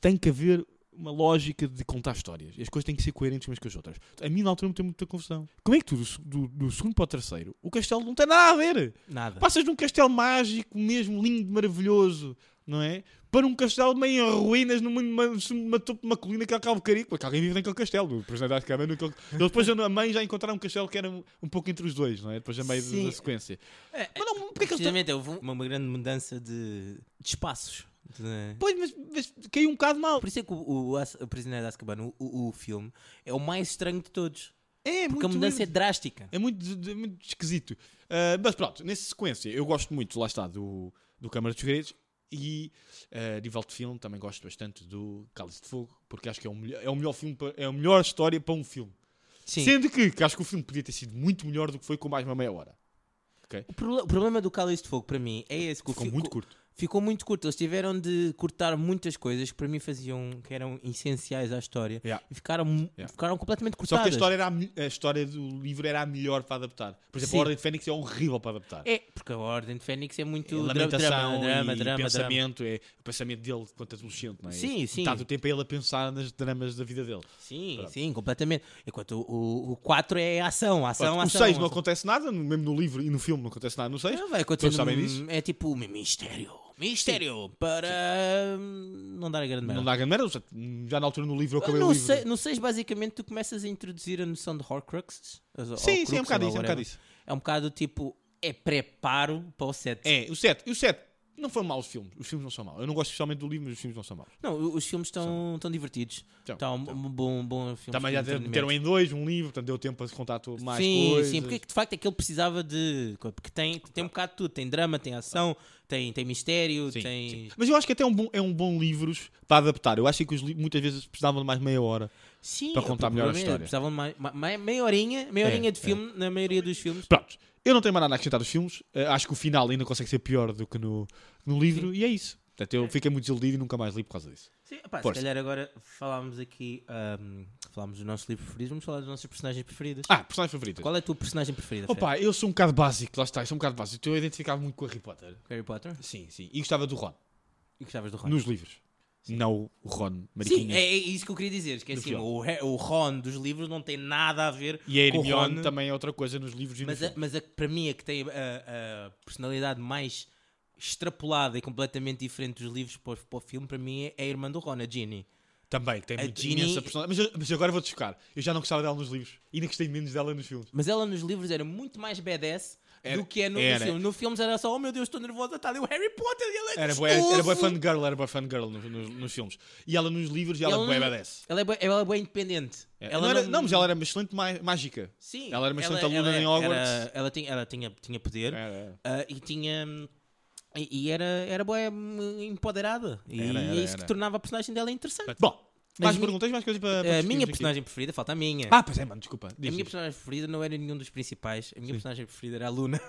Tem que haver uma lógica de contar histórias. E as coisas têm que ser coerentes umas com as outras. A mim, na altura, me tem muita confusão. Como é que tu, do, se- do- do segundo para o terceiro, o castelo não tem nada a ver?
Nada.
Passas de um castelo mágico, mesmo lindo, maravilhoso, não é? Para um castelo meio em ruínas, numa, numa, numa topo de uma colina que é aquele carico. Porque alguém vive naquele castelo. O presidente da Câmara, naquele... Eles depois, a mãe já encontraram um castelo que era um, um pouco entre os dois, não é? Depois, a meio
Sim.
da sequência.
É, é,
Mas não, porque é que eles estão...
Precisamente, houve um- uma uma grande mudança de, de espaços. de-
Pois, mas, mas caiu um bocado mal.
Por isso é que o, o, As- o Prisioneiro de Azkaban, o, o, o filme, é o mais estranho de todos.
É,
Porque a
muito
mudança é
weird.
drástica.
É muito, é muito esquisito. Ah, mas pronto, nessa sequência, eu gosto muito, lá está, do, do Câmara dos Segredos e ah, nível de filme também gosto bastante do Cálice de Fogo, porque acho que é o melhor, é o melhor filme, para- é a melhor história para um filme.
Sim.
Sendo que, que acho que o filme podia ter sido muito melhor do que foi com mais uma meia hora.
O, proble- o problema do Cálice de Fogo, para mim, é esse. Que o
Ficou
fi-
muito
co-
curto.
Ficou muito curto. Eles tiveram de cortar muitas coisas que para mim faziam, que eram essenciais à história.
Yeah.
E ficaram, ficaram completamente
Só
cortadas.
que a história, era a, me- a história do livro era a melhor para adaptar. Por exemplo,
Sim.
a Ordem de Fênix é horrível para adaptar.
É, porque a Ordem de Fênix é
É
muito dra-
lamentação
drama, drama,
e
drama, drama.
pensamento, é o pensamento dele quanto adolescente, não é?
Sim, sim.
Metade do tempo é ele a pensar nas dramas da vida dele.
Sim,
Pronto.
sim, completamente. Enquanto o- o 4 é ação, ação,
Pronto, o
ação.
6 não
ação.
acontece nada, no- mesmo no livro e no filme não acontece nada no 6.
Ah, vai
Todos
acontecer
sabem
num-
disso.
É tipo mi- mistério. Mistério para hum, não dar a grande merda.
Não dá grande merda, portanto, já na altura no livro eu
Ah,
acabei
no
o livro.
sei- no 6, basicamente, tu começas a introduzir a noção de Horcruxes. ou- ou
Sim, sim, é um
Crux,
bocado
ou
isso, é um
whatever.
bocado isso.
É um bocado tipo, é preparo para o 7.
É, o 7, e o 7 não foi mau os filmes, os filmes não são maus. Eu não gosto especialmente do livro, mas os filmes não são maus.
Não, o- os filmes estão tão divertidos.
Tão,
Estão
tão.
um bom, bom filme.
Então, Também já meteram em dois um livro, portanto deu tempo a contar tu- mais
sim,
coisas.
Sim, porque de facto é que ele precisava de. co- Porque tem, tem um bocado de tudo: tem drama, tem ação, tem, tem mistério,
Sim,
tem.
sim. Mas eu acho que até é um bom, é um bom livro para adaptar. Eu acho que os li- muitas vezes precisavam de mais meia hora.
Sim,
Para contar
o
melhor a
problema é,
história.
Precisavam de mais, ma- ma- meia horinha, meia
É,
horinha de
é.
filme na maioria dos filmes.
Pronto, eu não tenho mais nada a acrescentar dos filmes. Eh, acho que o final ainda consegue ser pior do que no, no livro, e é isso. Portanto, eu fiquei muito desiludido e nunca mais li por causa disso.
Sim, epá, se
Força.
calhar agora falámos aqui. ahm, falámos do nosso livro preferido, vamos falar das nossas personagens preferidas.
Ah, personagens favoritas.
Qual é a tua personagem preferida? Fred?
Opa, eu sou um bocado básico, lá está, eu sou um bocado básico. Então Eu identificava muito com o Harry Potter.
Harry Potter?
Sim, sim. E gostava do Ron,
E gostavas do Ron?
nos livros. Não o Ron
Sim,
Mariquinha.
é, é isso que eu queria dizer. Que é
No
assim,
filme.
o, He- o Ron dos livros não tem nada a ver
E a
com o
Hermione
Ron.
também é outra coisa nos livros e
Mas,
no
a,
filme.
mas a que para mim é que tem a, a personalidade mais extrapolada e completamente diferente dos livros para, o- para o filme, para mim é a irmã do Ron, a Ginny.
Também, que tem
a
muito
Ginny-
imensa personalidade. Mas, eu- mas agora vou-te chocar. Eu já não gostava dela nos livros. E ainda gostei menos dela nos filmes.
Mas ela nos livros era muito mais badass
Era-
do que é no, no
era.
filme. No filme era só, oh meu Deus, estou nervosa, está ali o Harry Potter e ela é
Era boa,
gostoso.
era boa fangirl, era boa fangirl nos, nos, nos filmes. E ela nos livros, ela,
Ela
ela boa
não-
badass.
Ela é bué- ela é bué independente.
É, não, era- não, mas ela era uma excelente má- mágica.
Sim,
ela era uma excelente aluna em
era-
Hogwarts. É.
ela tinha, ela tinha, tinha poder.
Era-
Ah, e tinha. hum, E, e era, era boa empoderada. E
Era, era,
é isso que
era.
tornava a personagem dela interessante.
Bom,
Mas
mais
mi-
perguntas, mais coisas para. para
a minha
discutirmos aqui?
personagem preferida, falta a minha.
Ah, pois é, mano, desculpa. Diz,
a minha
diz.
personagem preferida não era nenhum dos principais. A minha personagem preferida era a Luna.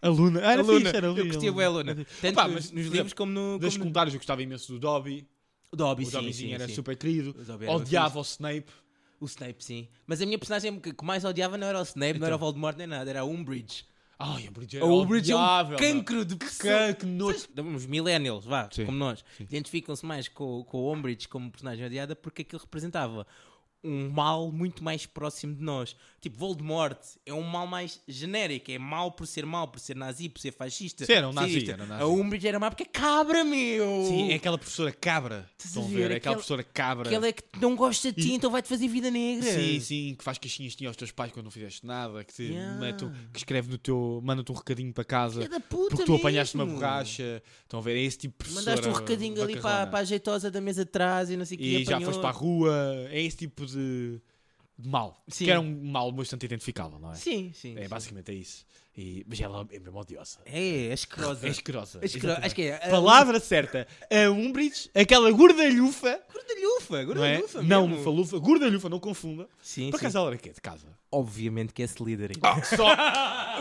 A Luna. Ah, era
a Luna.
fixe, era
eu
Luna,
gostei
Luna.
bem a Luna. Tanto
Opa,
nos-
mas,
nos
por
livros como no.
Das
como no-
secundários eu gostava imenso do Dobby.
O Dobby,
o
sim,
Dobbyzinho
sim,
era
sim.
super querido.
O Dobby era
Odiava o Snape.
O Snape, sim. Mas a minha personagem que que mais odiava não era o Snape, não era
Então.
o Voldemort, nem nada. Era a Umbridge.
Ai, a Bridget
A Umbridge é um
odiável, mano.
cancro de pessoa.
can- que nojo.
Sabes, Os millennials, vá,
Sim,
como nós, identificam-se mais com, com o Umbridge como personagem odiada porque aquilo representava um mal muito mais próximo de nós. Tipo, Voldemort é um mal mais genérico. É mal por ser mal, por ser nazi, por ser fascista.
Sim, era um
por ser
nazi,
isto.
era um nazi.
A Umbridge era má porque é cabra, meu!
Sim, é aquela professora cabra. Estão a
a
ver?
ver?
É aquela,
Aquela-
professora cabra.
Aquela é que não gosta de ti,
E-
então vai-te fazer vida negra.
Sim, sim, que faz caixinhas tinha aos teus pais quando não fizeste nada, que, te
Yeah.
mete- que escreve no teu. manda-te um recadinho para casa.
Filha da puta
porque tu apanhaste uma
mesmo.
borracha. Estão a ver? É esse tipo de professora.
Mandaste um recadinho ali para,
macarrona.
para a jeitosa da mesa de trás e não sei o que.
e já foste para a rua. É esse tipo de, de mal.
Sim.
Que era um mal bastante identificável, não é?
Sim, sim.
É,
sim.
basicamente é isso. E, mas ela é mesmo odiosa.
É, é escrosa.
É escrosa.
É escro-
exatamente.
Acho que é.
Palavra certa. A Umbridge, aquela gordalhufa.
Gordalhufa,
Não, é?
gordalhufa.
não
mesmo.
falufa, gordalhufa, não confunda.
Sim,
Por
sim.
acaso Ah, ela era quê? De casa.
Obviamente que é Slytherin.
Só.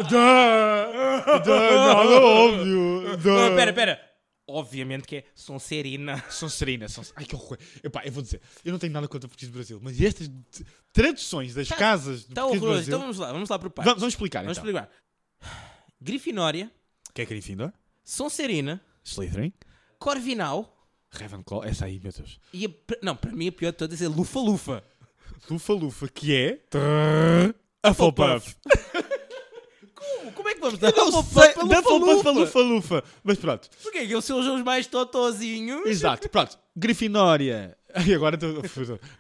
Duh! Duh, Nada óbvio.
Ah,
Duh.
pera, pera. Obviamente que é Sonserina.
Sonserina, Sons... Ai que horror. Epá, eu vou dizer, eu não tenho nada contra o Português do Brasil, mas estas t- traduções das casas do
Está
Português do
Tá horroroso.
Brasil.
Então vamos lá, vamos lá por partes.
Vamos, vamos explicar
Vamos
então.
explicar. Grifinória,
Que é Gryffindor?
Sonserina,
Slytherin?
Corvinal
Ravenclaw? Essa aí, meu Deus.
e a, pr- não, para mim a pior de todas é Lufa Lufa.
Lufa Lufa, que é. Trrr, Hufflepuff.
Como? Como é que vamos dar
Não sei,
é
da Hufflepuff para Lufa Lufa. Mas pronto.
Porquê? Que eles são os jogos mais totozinhos.
Exato, pronto. Grifinória. E agora estou.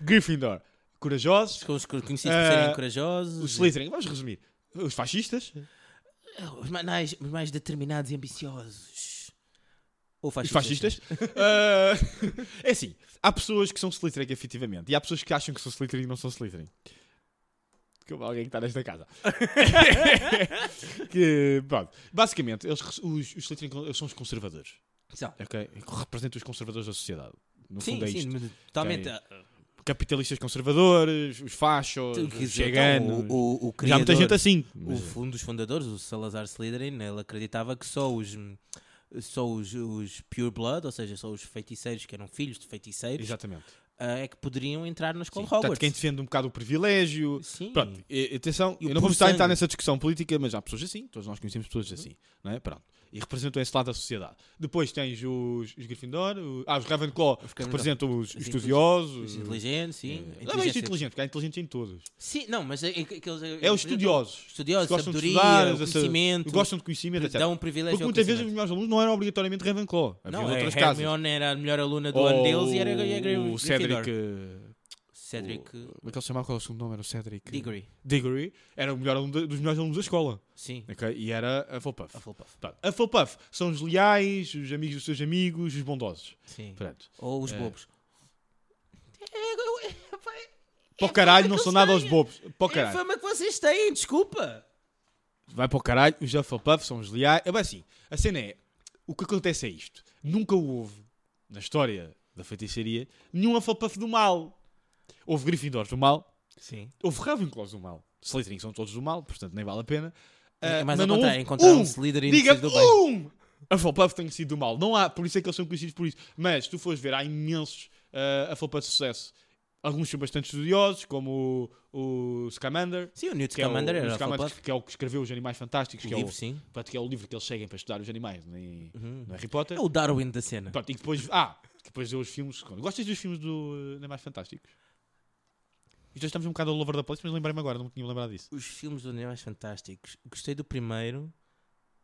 Gryffindor. Corajosos.
Com os co- conhecidos por
Eh,
serem corajosos.
Os Slytherin, vamos resumir. Os fascistas.
Ah, Os ma- mais, os mais determinados e ambiciosos. Ou
Os
fascistas.
fascistas. Ah, é assim, há pessoas que são Slytherin efetivamente. E há pessoas que acham que são Slytherin e não são Slytherin. Como alguém que está nesta casa. que, pronto. Basicamente, eles, res- os, os Slytherin con- eles são os conservadores.
São.
ok? Representam é os conservadores da sociedade. No
Sim,
fundo é
sim,
isto.
mas totalmente.
Capitalistas conservadores, os fachos,
Tu quer
os
dizer,
cheganos.
então, o, o, o
Já há muita
criador-
gente assim.
O
Mas-
f- um dos fundadores, o Salazar Slytherin, ele acreditava que só os hum, só os, os pure blood, ou seja, só os feiticeiros que eram filhos de feiticeiros,
Exatamente.
ah, é que poderiam entrar na
Sim.
escola
Portanto,
Hogwarts.
quem defende um bocado o privilégio,
Sim.
Pronto, e- atenção,
E o
eu não
puro
vou estar a entrar
sangue.
nessa discussão política, mas há pessoas assim, todos nós conhecemos
Uhum.
pessoas assim, não é? Pronto. E representam esse lado da sociedade. Depois tens os, os Gryffindor, o- ah, os Ravenclaw, que
Ravenclaw.
representam os, os
assim, Os
estudiosos.
Os inteligentes, sim.
Não,
Inteligência-
Não é inteligente, porque há inteligentes em todos.
Sim, não, mas é, é, que- que eles-
É os estudiosos.
Estudiosos,
que gostam de
sabedoria,
estudar,
o
essa-
conhecimento.
Gostam de conhecimento, etc.
Dão um privilégio
Porque
ao
muitas vezes os
conhecimento.
melhores alunos não eram obrigatoriamente Ravenclaw. Havia
não,
outras
a
casas.
Hermione era a melhor aluna do
Ou
ano deles e era, era
o
Gryffindor.
Cedric. eh,
Cedric
o- Como é que ele se chamava? Qual era o segundo nome? Era o Cedric.
Diggory.
Diggory. Era o melhor aluno da- dos melhores alunos da escola.
Sim,
ok? E era a Hufflepuff.
a Hufflepuff.
Pronto, a Hufflepuff são os leais, os amigos dos seus amigos, os bondosos.
Sim.
Pronto.
Ou os
É.
bobos.
Para o caralho, não são nada aos bobos. Para o
É a
caralho.
fama que vocês têm, desculpa.
Vai para o caralho, os Hufflepuff são os leais. É bem assim, a cena é, o que acontece é isto. Nunca houve, na história da feitiçaria, nenhum Hufflepuff do mal. Houve Gryffindors do mal,
Sim.
houve Ravenclaws do mal. Slytherin são todos do mal, portanto nem vale a pena.
É
Ah,
mais
mas
ao
não
contrário,
houve
encontraram um
um
Slytherin
Diga
do bem.
um! A Hufflepuff tem sido do mal. Não há, por isso é que eles são conhecidos por isso. Mas, se tu fores ver, há imensos ah, a Hufflepuff de sucesso. Alguns são bastante estudiosos, como o, o Scamander.
Sim, o Newt
Que é, o,
Scamander
o
era
Scamander
Hufflepuff.
que- que é o que escreveu Os Animais Fantásticos,
O
que é,
livro,
o,
sim.
pronto, que é o livro que eles seguem para estudar os animais nem- no Harry Potter.
É o Darwin da cena.
Pronto, e depois, ah, depois deu os filmes. Gostas dos filmes do eh, Animais Fantásticos? E já estamos um bocado ao lover da place, mas lembrei-me agora, não me tinha lembrado disso.
Os filmes dos Animais Fantásticos. Gostei do primeiro.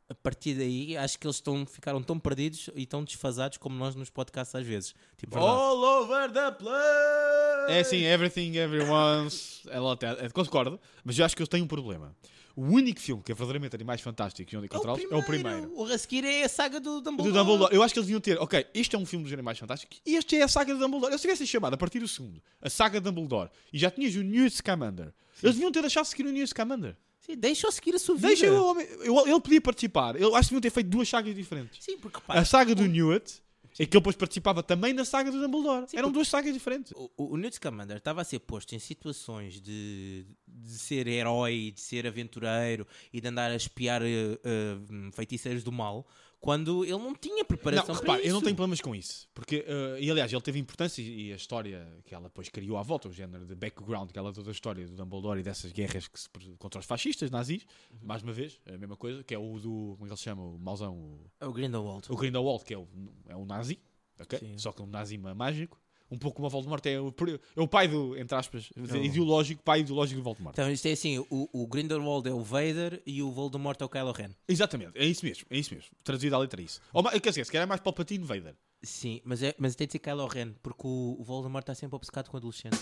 A partir daí, acho que eles estão, ficaram tão perdidos e tão desfasados como nós nos podcasts às vezes. Tipo,
Verdade.
all over the place!
É assim, everything, everyone's. É lá até- é, concordo, mas eu acho que eu tenho um problema. O único filme que é verdadeiramente Animais Fantásticos e onde encontrá-los é o primeiro.
O a seguir é a saga do Dumbledore.
Do Dumbledore. Eu acho que eles deviam ter, ok, este é um filme dos Animais Fantásticos e este é a saga de Dumbledore. Eles tivessem chamado a partir do segundo, a saga de Dumbledore, e já tinhas o Newt Scamander. Eles deviam ter deixado seguir o Newt Scamander.
Sim, deixa-o seguir a sua vida.
Deixa o homem. eu- ele podia participar. Eu acho que deviam ter feito duas sagas diferentes.
Sim, porque repara,
A saga do Newt, é que ele depois participava também da saga do Dumbledore. Eram duas sagas diferentes.
O, o o Newt Scamander estava a ser posto em situações de, de ser herói, de ser aventureiro e de andar a espiar eh, eh, hum, feiticeiros do mal, quando ele não tinha preparação
Não,
para
repare,
isso.
eu não tenho problemas com isso. Porque, eh, e aliás, ele teve importância e, e a história que ela depois criou à volta, o género de background, aquela toda a história do Dumbledore e dessas guerras que se, pre- contra os fascistas, nazis, mais uma vez, a mesma coisa, que é o do, como é que ele se chama, o mauzão, o,
É o Grindelwald.
o Grindelwald, que é, o, é um nazi, ok?
Sim.
só que um nazi má- mágico, um pouco como o Voldemort, é o, pre- é o pai do, entre aspas,
É o-
ideológico, pai ideológico do Voldemort.
Então isto é assim, o, o Grindelwald é o Vader e o Voldemort é o Kylo Ren.
Exatamente, é isso mesmo, é isso mesmo, traduzido à letra é isso. Ou, ma- quer dizer, se calhar é mais Palpatine Vader.
Sim, mas, é, mas tem de ser Kylo Ren, porque o, o Voldemort está sempre obcecado com adolescente.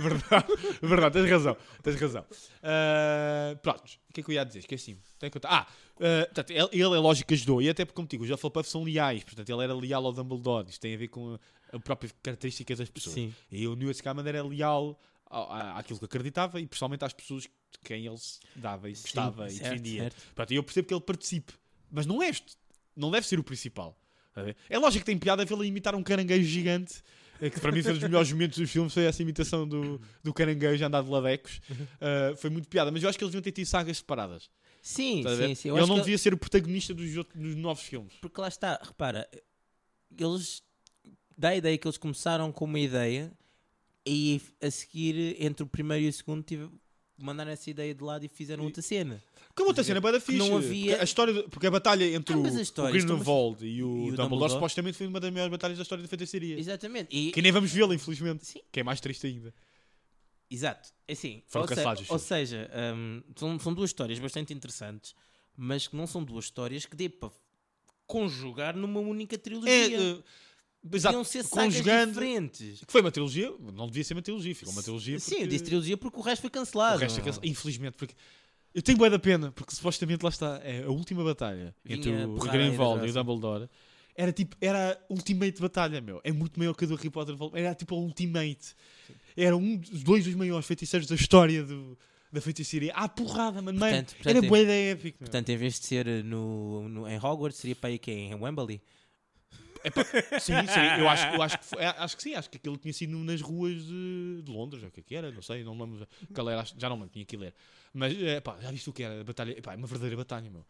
verdade, É verdade, tens razão, tens razão. Ah, pronto, o que é que eu ia dizer? Esqueci-me. Tenho que contar. Ah, ah, portanto, ele, ele é lógico que ajudou, e até porque, como digo, os Hufflepuff são leais, portanto, ele era leal ao Dumbledore, isto tem a ver com a, a própria característica das pessoas.
Sim.
E o Newt Scamander era leal ao- à- àquilo que acreditava e, principalmente, às pessoas de quem ele se dava e gostava
Sim,
e defendia.
certo.
Pronto, e eu percebo que ele participe, mas não é este, não deve ser o principal. Está a ver? É lógico que tem piada vê-lo imitar um caranguejo gigante, eh, que para mim foi um dos melhores momentos dos filmes, foi essa imitação do, do caranguejo a andar de ladecos. Eh, foi muito piada, mas eu acho que eles deviam ter tido sagas separadas.
Sim,
está a ver?
sim, sim. Eu
ele
acho
não
que
devia ser o protagonista dos, outros- dos novos filmes.
Porque lá está, repara, eles dá a ideia que eles começaram com uma ideia e a seguir entre o primeiro e o segundo tive- mandaram essa ideia de lado e fizeram outra cena.
Porque a outra cena é bada fixe.
não havia-
Porque a história, do- porque a batalha entre
Ah,
o,
mas a história,
o Grindelwald
estamos-
e o, Dumbledore, supostamente foi uma das maiores batalhas da história da feitiçaria.
Exatamente. E,
Que nem vamos vê-la, infelizmente.
Sim.
Que é mais triste ainda.
Exato. É Assim,
Foram
ou, se-
cancelados os
ou seja, hum, são, são duas histórias bastante interessantes, mas que não são duas histórias que dê para conjugar numa única trilogia.
É, eh, exato.
Deviam ser sagas
Conjugando.
diferentes.
Que foi uma trilogia, não devia ser uma trilogia, ficou uma trilogia.
Sim,
porque
eu disse trilogia porque o resto foi
o
cancelado.
resto é cancelado. Infelizmente, porque. Eu tenho bué da pena, porque supostamente lá está, é a última batalha
Vinha
entre o
porrada
Grindelwald
aí
e o
da
Dumbledore. Era tipo, era a ultimate batalha, meu. É muito maior que a do Harry Potter. Era tipo a ultimate. Era um dos dois dos maiores feiticeiros da história do, da feitiçaria. Ah, porrada, mano. mano.
Portanto, portanto,
era
é-
bué da épico, meu.
Portanto, em vez de ser eh, no, no- em Hogwarts, seria para aí que é em Wembley.
Sim, sim. Eu acho, eu acho, que, foi- acho que sim. Acho que aquilo tinha sido nas ruas de, de Londres, ou o que é que era, não sei, não me lembro. Qual era, acho- já não me lembro, tinha que ler. Mas, eh, pá, já viste o que era? A batalha, pá, é uma verdadeira batalha, meu.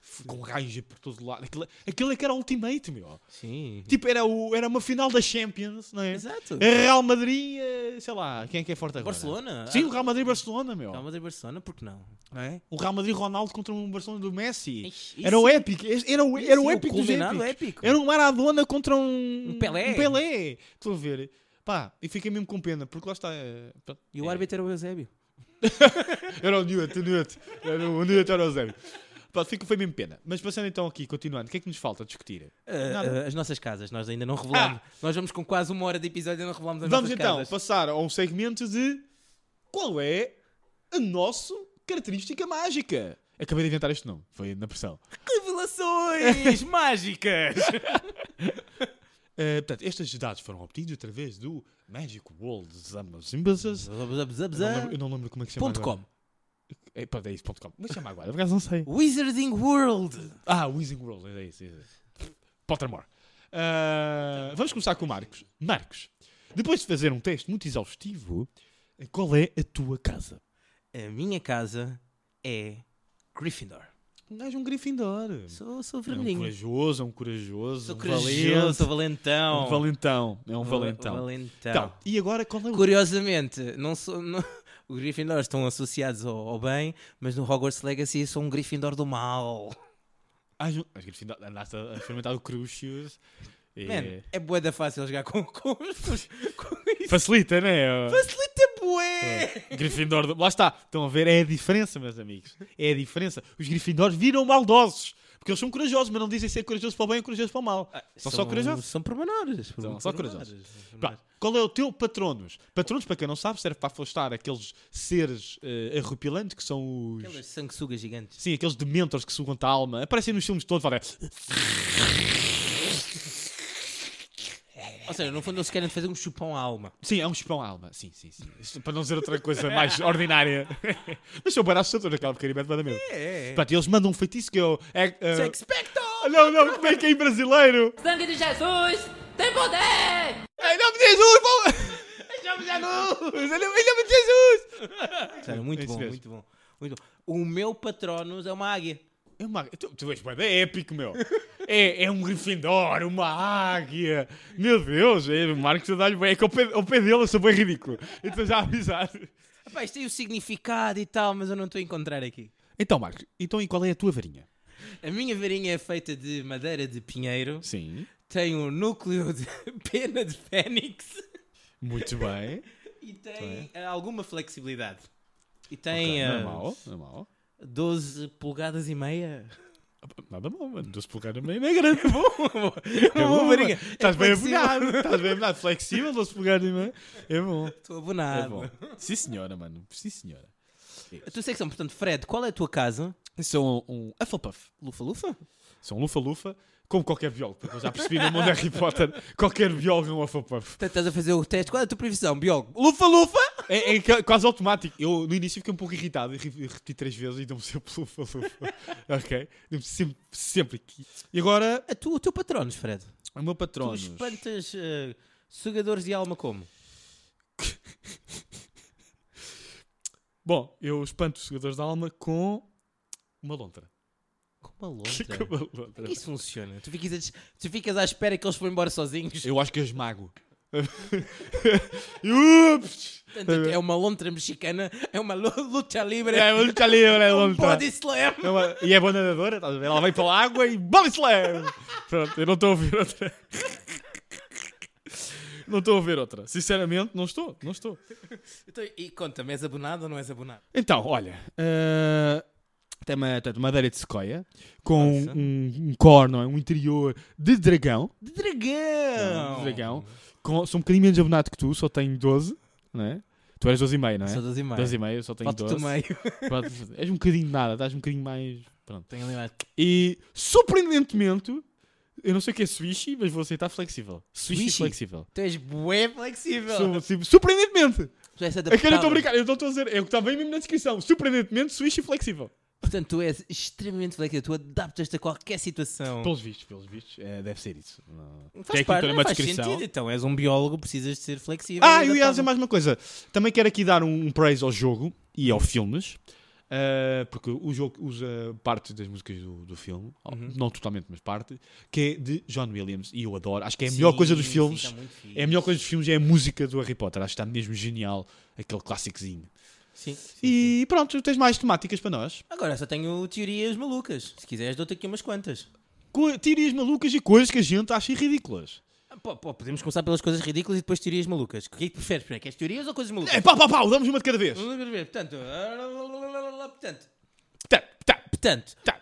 F- Com gaja por todo lado. Aquilo, aquilo é que era ultimate, meu.
Sim.
Tipo, era, o, era uma final da Champions, não é?
Exato.
A Real Madrid, eh, sei lá, quem é que é forte agora?
Barcelona.
Sim, o
Ah,
Real Madrid-Barcelona, meu.
Real Madrid Barcelona, porque não?
Não é? O Real Madrid-Ronaldo contra um Barcelona do Messi.
Isso-
Era o épico. Este Era o,
isso
era o
é
épico dos
culminado
épicos.
épico.
Era um Maradona contra um,
Um Pelé.
Um Pelé. Estou a ver. Pá, e fiquei mesmo com pena, porque lá está. é, pronto. É,
E o árbitro era o Eusébio.
Era o Newt, o Newt. Era o Newt, era o Zé. Pá, fico, foi mesmo pena. Mas passando então aqui, continuando, o que é que nos falta discutir?
Ah,
Nada. Ah.
ah, as nossas casas, nós ainda não revelamos. Nós vamos com quase uma hora de episódio e não revelamos as
Vamos
nossas
então
casas.
passar a um segmento de qual é a nossa característica mágica. Acabei de inventar este nome, foi na pressão.
Revelações mágicas!
Eh, portanto, estes dados foram obtidos através do Magic World Zimbabwe. Eu não lembro como é que se chama.
Ponto
agora.
.com
É, pronto, é isso, ponto com. Mas chama agora, por acaso não sei.
Wizarding World!
Ah, Wizarding World, é isso, é isso. Pottermore. Ah, vamos começar com o Marcos. Marcos, depois de fazer um teste muito exaustivo, qual é a tua casa?
A minha casa é Gryffindor.
Um gajo um Gryffindor.
Sou, sou
É um
vermelhinho.
corajoso, é um corajoso.
sou
um
corajoso, sou
valente,
valentão.
Um valentão, é um
Val-
valentão.
valentão.
Então, e agora qual é o...
Curiosamente, não sou, não- os Gryffindors estão associados ao, ao bem, mas no Hogwarts Legacy sou um Gryffindor do mal.
Ah, Ju- Mas Gryffindor, andaste a a experimentar o Crucius. É-
Man, é bué da fácil jogar com, com, com, com isso.
Facilita, não é?
Facilita bué!
Gryffindor, do- lá está. Estão a ver, é a diferença, meus amigos. É a diferença. Os Gryffindors viram maldosos. Porque eles são corajosos, mas não dizem ser corajosos para o bem ou corajosos para o mal. são, só corajosos.
Ah, São pormenores.
São só corajosos. Pá, qual é o teu patronos? Patronos, para quem não sabe, serve para afastar aqueles seres eh, arrepilantes que são os.
Aquelas sanguessugas gigantes.
Sim, aqueles dementors que sugam-te a alma. Aparecem nos filmes todos, olha.
Ou seja, no fundo eles querem fazer um chupão à alma.
Sim, é um chupão à alma. Sim, sim, sim. Isto, para não dizer outra coisa mais ordinária. mas sou barato, estou naquela porcaria, mete mesmo.
É.
Pronto, eles mandam um feitiço que é o. é, eh,
Sex Spectre!
Não, não, como é que é em brasileiro?
Sangue de Jesus tem poder!
Em nome de Jesus, vamos! Em nome de Jesus!
Sério, muito
É isso
bom,
mesmo.
muito bom, muito bom. O meu patronos é uma águia.
É uma... tu, tu és bué da épico, meu. É, é um grifindor, uma águia. Meu Deus, é, o Marcos a dar-lhe bué. É que ao pé, ao pé dele eu sou bem ridículo. Então já avisado.
Rapaz, isto tem o significado e tal, mas eu não estou a encontrar aqui.
Então, Marcos, então e qual é a tua varinha?
A minha varinha é feita de madeira de pinheiro,
Sim.
tem um núcleo de pena de fênix
Muito bem.
e tem ah, alguma flexibilidade. E tem
Tá Ok,
ah,
Normal, normal.
12 polegadas e meia.
Nada mal, mano. Doce polegadas meio não é grande. É
Uma boa varinha.
Estás
É
bem
flexível.
abonado. Estás bem abonado. Flexível, doce polegadas meio. É bom.
Estou
É
abonado.
bom. Sim, senhora, mano. Sim, senhora.
A tua secção, portanto, Fred, qual é a tua casa?
São um Hufflepuff.
Lufa-lufa?
São é um lufa-lufa, como qualquer biólogo. Porque eu já percebi no mundo de Harry Potter, qualquer biólogo é um Hufflepuff.
Portanto, estás a fazer o teste. Qual é a tua profissão, biólogo?
Lufa-lufa? É, é ca- quase automático. Eu no início fiquei um pouco irritado e re- repeti três vezes e deu-me sempre lufa-lufa. ok? Deu-me sempre, sempre aqui. E agora,
A tua, É o teu patronos, Fred.
o meu
Tu
patrono.
espantas ah, sugadores de alma como?
Bom, eu espanto os jogadores da alma com uma lontra.
Com uma
Com
lontra. é
uma lontra.
Isso funciona. Tu ficas, a des- tu ficas à espera que eles vão embora sozinhos.
Eu acho que eu esmago. Ups!
Portanto, É uma lontra mexicana, é uma lu- luta livre,
É uma luta livre, é
um
uma luta.
body slam.
É uma- E é boa nadadora, estás a ver? Ela vem pela água e body slam! Pronto, eu não estou a ouvir outra. Não estou a ouvir outra. Sinceramente, não estou, não estou.
Então, e conta-me, és abonado ou não és abonado?
Então, olha. eh, tem uma, portanto, madeira de sequoia com um,
Nossa.
um core, não é? Um interior de dragão.
De dragão!
De dragão. Com, sou um bocadinho menos abonado que tu, só tenho 12, não é? Tu eras 12,5, não é?
Sou das e meio.
12,5, eu só tenho
Falta-te
12.
o meio.
Pronto, és um bocadinho de nada, estás um bocadinho mais. Pronto.
Tenho ali mais.
E surpreendentemente, eu não sei o que é sushi, mas vou aceitar flexível. Sushi
Sushi?
flexível.
Tu és bué flexível.
Su- su- surpreendentemente!
Tu és
É que eu não estou a
adaptável.
brincar, eu não estou a dizer, é o que está bem mesmo na descrição. Surpreendentemente, sushi flexível.
Portanto, tu és extremamente flexível, tu adaptas-te a qualquer situação.
Pelos vistos, pelos vistos, é, deve ser isso. Não.
Faz
Que é
parte,
aquilo que está
não
numa
faz
descrição.
sentido, então és um biólogo, precisas de ser flexível.
Ah,
e
eu ia dizer
adaptável.
mais uma coisa. Também quero aqui dar um, um praise ao jogo e ao filmes. ah, porque o jogo usa parte das músicas do, do filme,
Uhum.
não totalmente, mas parte, que é de John Williams, e eu adoro. Acho que é a melhor
Sim,
coisa dos
sim,
filmes.
tá muito fixe.
É a melhor coisa dos filmes é a música do Harry Potter. Acho que está mesmo genial aquele clássicozinho.
Sim, sim, sim.
E pronto, tens mais temáticas para nós.
Agora só tenho teorias malucas. Se quiseres, dou-te aqui umas quantas.
Co- Teorias malucas e coisas que a gente acha ridículas.
Ah, pô, pô, podemos começar pelas coisas ridículas e depois teorias malucas. O que é que preferes? Espera, Queres teorias ou coisas malucas?
É pau, pau, pau, damos uma de cada vez.
Vamos ver, Portanto, ah, portanto,
Tá, tá,
portanto,
tá.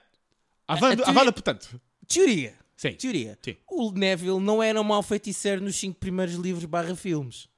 Avada,
A- a teoria-
avada, portanto.
teoria.
Sim.
Teoria.
Sim.
O Neville não era um mau feiticeiro nos cinco primeiros livros barra filmes.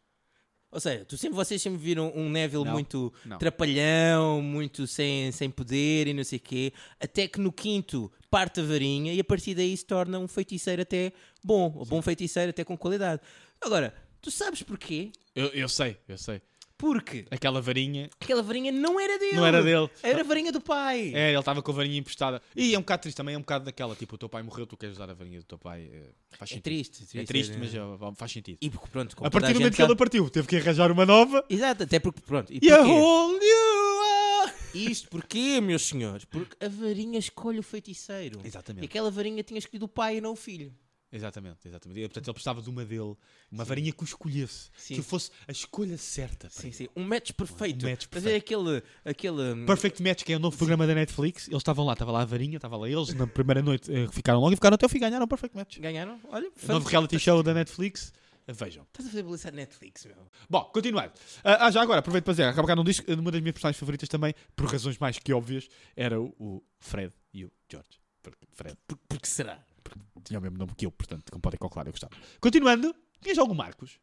Ou seja, tu sempre, vocês sempre viram um Neville
Não,
muito
não.
trapalhão, muito sem, sem poder e não sei o quê, até que no quinto parte a varinha e a partir daí se torna um feiticeiro até bom, ou bom feiticeiro até com qualidade. Agora, tu sabes porquê?
Eu, eu sei, eu sei.
Porque
Aquela varinha.
aquela varinha não era dele.
Não era dele.
Era a varinha do pai.
É, ele estava com a varinha emprestada. E é um bocado triste também, é um bocado daquela, tipo, o teu pai morreu, tu queres usar a varinha do teu pai. eh, Faz
É
sentido.
triste,
É triste, mas eh, faz sentido.
E porque, pronto, como
A
toda
partir do
gente
momento que ela
sabe-
partiu, teve que arranjar uma nova.
Exato, até porque, pronto. E
E a
porquê?
whole new world.
Isto porquê, meus senhores? Porque a varinha escolhe o feiticeiro. E
Exatamente.
aquela varinha tinha escolhido o pai e não o filho.
Exatamente, exatamente. E, portanto, ele precisava de uma dele, uma varinha que o escolhesse,
Sim.
que fosse a escolha certa. para
Sim,
ele.
sim. Um match perfeito.
match
Fazer aquele. aquele hum,
Perfect Match, que é o novo programa da Netflix, eles estavam lá, estava lá a varinha, estava lá eles, na primeira noite eh, ficaram logo e ficaram até o fim, ganharam o Perfect Match.
Ganharam? Olha,
O novo
fan-
reality show da Netflix, eh, vejam.
Estás a fazer publicidade de Netflix, meu.
Bom, continuando. Ah, ah, já agora, aproveito para dizer, acaba cá não disse, eh, uma das minhas personagens favoritas também, por razões mais que óbvias, era o, o Fred e o George. Porque Fred
Por- Porque será?
tinha o mesmo nome que eu, portanto, como podem calcular, eu gostava. Continuando, tinhas algum Marcos?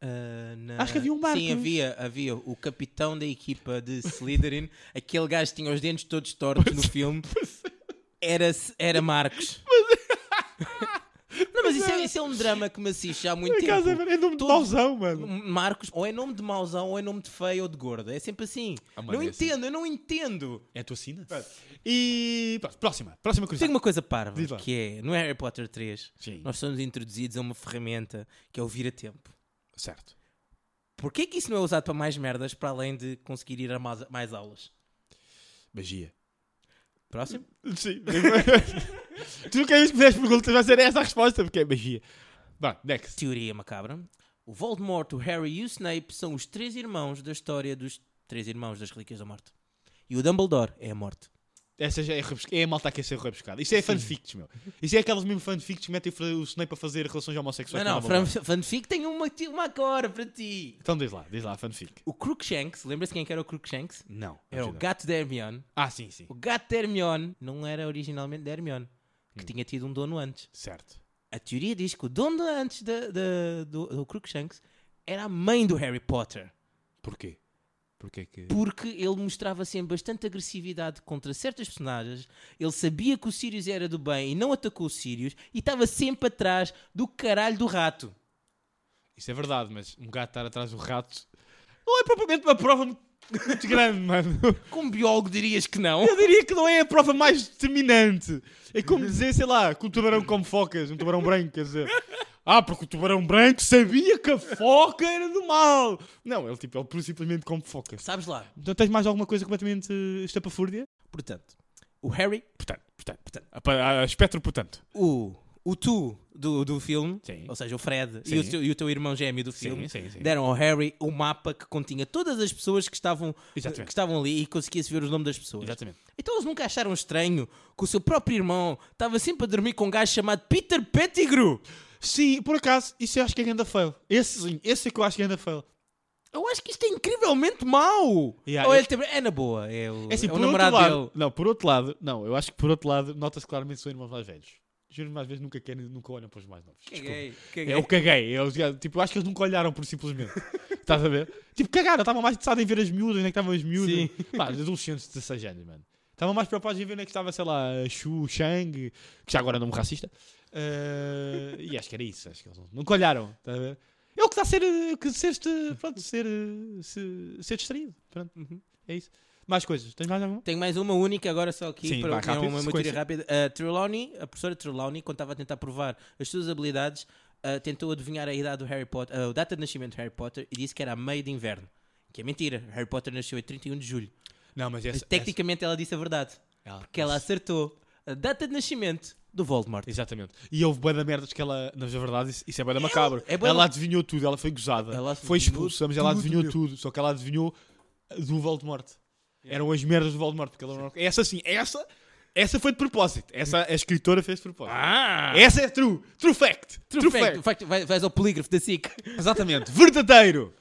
Ah, na-
Acho que havia um Marcos.
Sim, havia, havia o capitão da equipa de Slytherin. aquele gajo que tinha os dentes todos tortos no filme. Era, era Marcos. não, mas isso é, isso é um drama que me assiste há muito
Por
tempo.
acaso, é nome de
Todo-
mauzão, mano.
Marcos, ou é nome de mauzão, ou é nome de feio ou de gorda. É sempre assim.
Ah, mano,
não
é assim.
entendo, eu não entendo.
É a tua sina? E pronto, próxima, próxima
Tem
curiosidade.
uma coisa parva,
Diz lá.
que é, no Harry Potter 3,
Sim,
nós somos introduzidos a uma ferramenta que é o vira-tempo.
certo.
Porquê que isso não é usado para mais merdas, para além de conseguir ir a mais, mais aulas?
Magia.
Próximo?
Sim. tu cada vez que fizeres perguntas vai ser essa a resposta, porque é magia. Vá, next.
Teoria macabra. O Voldemort, o Harry e o Snape são os três irmãos da história dos três irmãos das Relíquias da Morte. E o Dumbledore é a morte.
Essa já é, rebusca- é a malta que é ser rebuscada. Isso é fanfics, meu. Isso é aquelas mesmo fanfics que metem o Fra- o Snape a fazer relações
Não,
homossexuais.
não,
com a Dumbledore.
fan- fanfic tem uma, uma agora para ti.
Então diz lá, diz lá, fanfic.
O Crookshanks, lembra-se quem é que era o Crookshanks?
Não.
Era o gato da Hermione.
Ah, sim, sim.
O gato da Hermione não era originalmente da Hermione, que tinha tido um dono antes.
Certo.
A teoria diz que o dono antes da- da- do, do Crookshanks era a mãe do Harry Potter.
Porquê? Porquê que...
Porque ele mostrava sempre bastante agressividade contra certas personagens. Ele sabia que o Sirius era do bem e não atacou o Sirius. E estava sempre atrás do caralho do rato.
Isso é verdade, mas um gato estar atrás do rato não é propriamente uma prova muito muito grande, mano.
Como biólogo dirias que não?
Eu diria que não é a prova mais determinante. É como dizer, sei lá, que um tubarão come focas, um tubarão branco, quer dizer. Ah, porque o tubarão branco sabia que a foca era do mal. Não, ele tipo, ele simplesmente come focas.
Sabes lá.
Então tens mais alguma coisa completamente eh, estapafúrdia?
Portanto, o Harry
Portanto, portanto, portanto. A, pa- a espectro, portanto.
o, o tu do, do filme,
Sim.
ou seja, o Fred e
Sim.
o, teu, e o teu irmão gêmeo do filme,
sim, sim.
deram ao Harry o mapa que continha todas as pessoas que estavam, que
Exatamente.
estavam ali e conseguia-se ver os nomes das pessoas.
Exatamente.
Então eles nunca acharam estranho que o seu próprio irmão estava sempre a dormir com um gajo chamado Peter Pettigrew.
Sim, por acaso, isso eu acho que é ganda fail. Esse sim, esse é que eu acho que é ganda fail.
Eu acho que isto é incrivelmente mau.
Yeah,
Ou
eu-
ele também- É na boa. É o,
É assim,
é o
por outro
namorado
lado,
dele.
não, por outro lado, não, eu acho que por outro lado, nota-se claramente que são irmãos mais velhos. Os irmãos mais velhos nunca querem, nunca olham para os mais novos. Desculpa.
Caguei, caguei.
É, eu caguei. Eu, tipo, eu acho que eles nunca olharam por simplesmente. Estás a ver? Tipo, cagaram. Estavam mais interessados em ver as miúdas, onde é que estavam as miúdas.
Sim.
Pá, adolescentes de 16 anos, mano. Estavam mais preocupados em ver onde é que estava, sei lá, a Xu, Shang, que já agora é nome racista. Eh, e acho que era isso. Acho que eles não- nunca olharam. Estás a ver? É o que dá a ser, eh, que ser, este- pronto, ser, eh, se- ser distraído. Pronto. É isso. Mais coisas. Tens mais alguma?
Tenho mais uma única agora só aqui
Sim,
para
vá,
uma-
rápido,
uma matéria
sequência.
rápida. A Trelawney, a professora Trelawney, quando estava a tentar provar as suas habilidades, ah, tentou adivinhar a idade do Harry Potter, ah, a data de nascimento do Harry Potter e disse que era a meio de inverno. Que é mentira. Harry Potter nasceu em 31 de julho.
Não, mas
Mas tecnicamente ela disse a verdade. Porque ela acertou a data de nascimento do Voldemort.
Exatamente. E houve bué da merdas que ela, na verdade, isso, isso é bué da macabro.
é bué
ela
da-
adivinhou tudo, ela foi gozada.
Ela
foi
adivinhou
expulsa, mas ela
tudo,
adivinhou
meu.
tudo. Só que ela adivinhou eh, do Voldemort. Eram as merdas do Voldemort. Porque ela não... é- Essa sim, essa, essa foi de propósito. Essa a escritora fez de propósito.
Ah!
Essa é true. True fact. True,
True
fact.
fact, fact, vai- vais ao polígrafo da SIC.
Exatamente. Verdadeiro.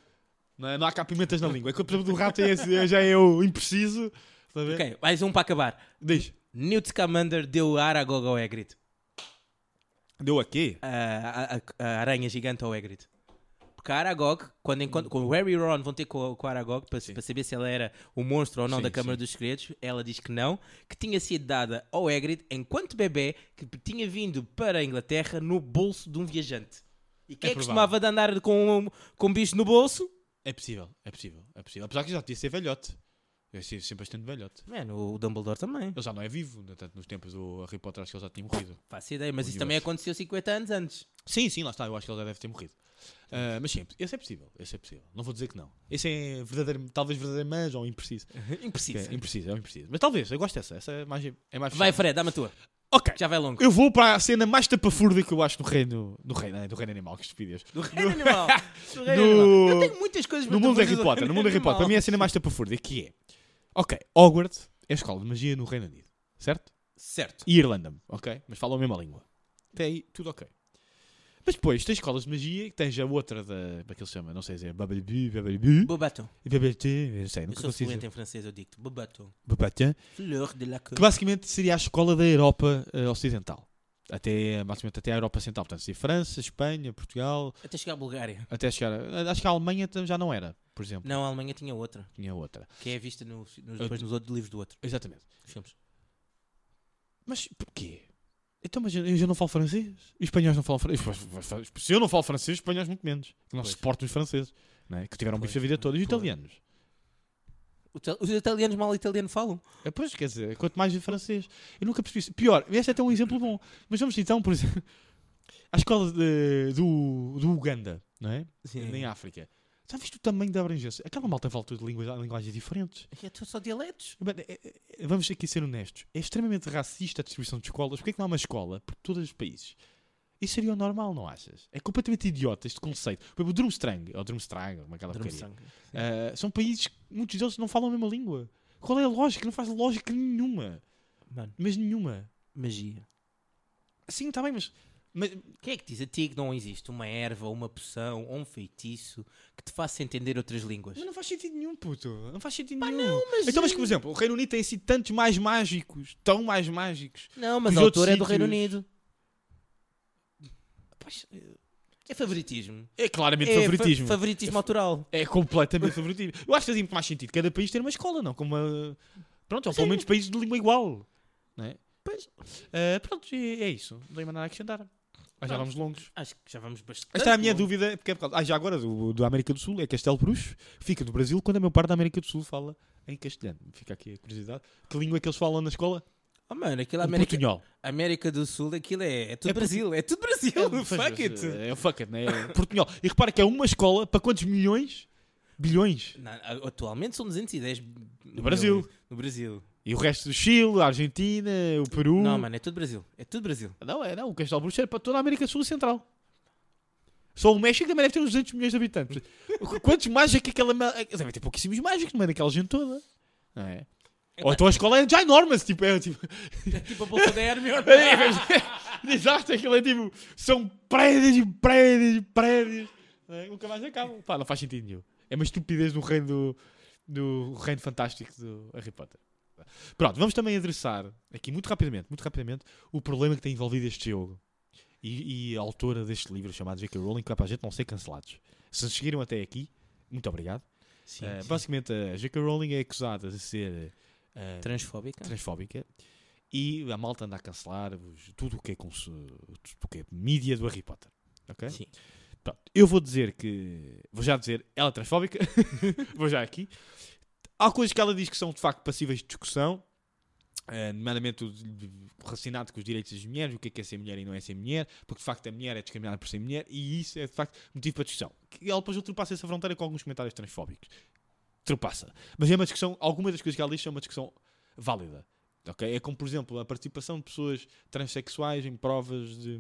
Não, é? Não há cá pimentas na língua. É que o do rato é esse, já é o impreciso. Está a ver?
ok, mais um para acabar.
Diz.
Newt Scamander deu a Aragog ao Hagrid.
Deu a quê?
a, a- a- a aranha gigante ao Hagrid. Porque a Aragog, quando, encontra, quando o Harry e o Ron vão ter com, a- com a Aragog para, para saber se ela era o monstro ou não
Sim,
da Câmara
sim.
dos Segredos, ela diz que não, que tinha sido dada ao Hagrid enquanto bebê, que tinha vindo para a Inglaterra no bolso de um viajante. E quem é que
provável.
costumava de andar com um, com um bicho no bolso?
É possível, é possível, é possível. Apesar que já podia ser velhote. Eu estive sempre bastante velhote.
Mano, É, o Dumbledore também.
Ele já não é vivo, né? tanto nos tempos do Harry Potter acho que ele já tinha morrido.
Faço ideia, mas
O
isso também
universo.
aconteceu 50 anos antes.
Sim, sim, lá está, eu acho que ele já deve ter morrido. Ah, mas sim, esse é possível, esse é possível. Não vou dizer que não. Esse é verdadeiro, talvez verdadeiro, mas ou impreciso.
Impreciso.
É, impreciso, é um impreciso. Mas talvez, eu gosto dessa, essa é mais, é mais
Vai,
fechada.
Fred, dá-me a tua.
Ok,
Já vai longo.
eu vou para a cena mais tapafurda que eu acho no reino, no reino, é, do reino animal, que estupidez.
Do reino animal. Do reino
No-
animal. Eu tenho muitas coisas
No
para
mundo de
te
Harry
fazer do
Potter, no mundo de Harry Potter, para
animal.
mim é a cena mais tapafurda, que é... Ok, Hogwarts é a escola de magia no Reino Unido, certo?
Certo.
e Irlanda, ok? Mas falam a mesma língua. Até aí, tudo ok. Mas depois, tens escolas de magia, que tens a outra da. Como é que ele se chama? Não sei dizer. Bababu, bababu.
Bobaton.
Bababu, não
Eu
sei, nunca
sou
consigo.
fluente
dizer.
em francês, eu digo-te. Bobaton.
Babatin.
Fleur de la
Que basicamente seria a escola da Europa eh, Ocidental. Até, basicamente, até a Europa Central. Portanto, seria França, Espanha, Portugal,
Até chegar à Bulgária.
até chegar. a- Acho que a Alemanha tam- já não era, por exemplo.
Não, a Alemanha tinha outra.
Tinha outra.
Que é vista nos, nos- depois nos outros livros do outro.
Exatamente.
Nos filmes.
Mas porquê? Então, mas eu eu já não falo francês. E os espanhóis não falam francês. Se eu não falo francês, os espanhóis muito menos. Que não
Pois.
suportam os franceses. não é? Que tiveram
Pois,
bife a vida
pois,
toda. E os
pois.
italianos.
O tal- Os italianos mal italiano falam.
É, Pois, quer dizer, quanto mais de francês. Eu nunca percebi isso. Pior, este é até um exemplo bom. Mas vamos então, por exemplo, à escola de- do, do Uganda, não é? Em África. Já viste o tamanho da abrangência? Aquela malta fala tudo de línguas, linguagens diferentes.
E É tudo só dialetos.
Mano, é- é- Vamos aqui ser honestos. É extremamente racista a distribuição de escolas. Porquê é que não há uma escola por todos os países? Isso seria o normal, não achas? É completamente idiota este conceito. Por exemplo, o Drumstrang, ou Drumstrang, como aquela porcaria.
Drumstrang.
Ah, são países que muitos deles não falam a mesma língua. Qual é a lógica? Não faz lógica nenhuma.
Mano,
Mas nenhuma.
magia.
Sim, está bem, mas... mas-
Quem é que diz a ti que não existe uma erva, uma poção ou um feitiço que te faça entender outras línguas?
mas não faz sentido nenhum, puto. Não faz sentido nenhum. Então, mas, por exemplo, o Reino Unido tem sido tantos mais mágicos, tão mais mágicos.
Não, mas
Os
a
outros
autora é do Reino
sítios-
Unido. É favoritismo.
É claramente
É
favoritismo.
fa- favoritismo autoral.
É completamente favoritivo. Eu acho que fazia muito mais sentido cada país ter uma escola, não? Como uma... Pronto, ou pelo menos países de língua igual. Não é? Ah, pronto, é, é isso. Não tenho mais nada a acrescentar. Ah, já
Pronto.
vamos longos.
Acho que já vamos bastante.
Esta é a minha
longe.
dúvida, porque é por causa. Ah, já agora, do, do América do Sul, é Castelo Bruxo. Fica do Brasil, quando a maior parte da América do Sul fala em castelhano. Fica aqui a curiosidade. Que língua é que eles falam na escola?
Oh, mano, aquilo
Um
América,
portunhol.
América do Sul, aquilo é, é tudo
É por-
Brasil. É tudo Brasil. Fuck
Pois,
it.
É o fuck it, né? É portunhol. E repara que é uma escola para quantos milhões? Bilhões.
Não, a- atualmente são 210 no
Brasil.
No Brasil.
E o resto do Chile, a Argentina, o Peru.
Não, mano, é tudo Brasil. É tudo Brasil.
Não, é, não. O Castelo Bruxo era para toda a América Sul e Central. Só o México também deve ter uns 200 milhões de habitantes. Qu- Quantos mágicos é que aquela. ma- Deve ter pouquíssimos mágicos, mano, aquela gente toda. Não é? Ou então a escola é já enorme, tipo, é tipo.
Tipo a bolsa da Hermione.
Exato, aquilo é tipo. São prédios e prédios e prédios. Não é? Nunca mais acabam. Pá, não faz sentido nenhum. É uma estupidez no reino do. do reino fantástico do Harry Potter. Pronto, vamos também adressar aqui muito rapidamente, muito rapidamente, o problema que tem envolvido este jogo. E, e a autora deste livro chamado J.K. Rowling, que é para a gente não ser cancelados. Se nos seguiram até aqui, muito obrigado.
Sim,
Eh,
sim.
basicamente, a J.K. Rowling é acusada de ser eh,
Transfóbica.
transfóbica e a malta anda a cancelar os- tudo o que é cons- tudo o que é mídia do Harry Potter. Ok?
Sim.
Pronto, eu vou dizer que. Vou já dizer, ela é transfóbica. vou já aqui. Há coisas que ela diz que são de facto passíveis de discussão, eh, nomeadamente o de- relacionado com os direitos das mulheres, o que é, que é ser mulher e não é ser mulher, porque de facto a mulher é discriminada por ser mulher, e isso é de facto motivo para discussão. Que ela depois ultrapassa essa fronteira com alguns comentários transfóbicos. Ultrapassa. Mas é uma discussão, algumas das coisas que ela diz são uma discussão válida. ok? É como, por exemplo, a participação de pessoas transexuais em provas de,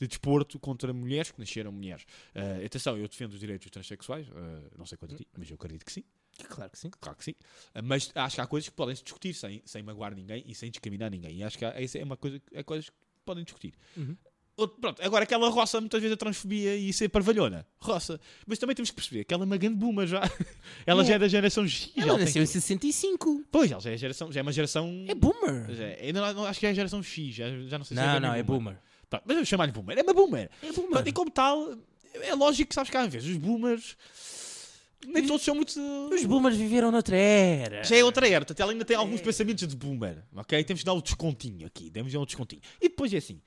de desporto contra mulheres que nasceram mulheres. Eh, atenção, eu defendo os direitos dos transexuais, eh, não sei quanto a ti, mas eu acredito que sim
Claro que sim.
claro que sim. Ah, Mas acho que há coisas que podem se discutir sem, sem magoar ninguém e sem discriminar ninguém. E acho que há, essa é uma coisa, que- é coisas que podem discutir.
Uhum.
Outro- pronto, agora que ela roça muitas vezes a transfobia e ser parvalhona. Roça. Mas também temos que perceber que ela é uma grande boomer já. ela já é da geração X. já
Ela
tem
nasceu em
tudo.
65.
Pois, ela já é, geração, já é uma geração...
É boomer.
já é- eu não, não- acho que já é a geração X, já, já não sei se
Não,
bem
não, é boomer.
Pronto, mas eu chamar-lhe boomer, é uma boomer.
É
Pronto, e
boomer.
como tal, é lógico que sabes que às vezes os boomers nem todos são muito.
Os boomers viveram noutra era.
Já é outra era, portanto, ela ainda tem alguns pensamentos de boomer, ok? Temos de dar o descontinho aqui, temos de dar um descontinho. E depois é assim,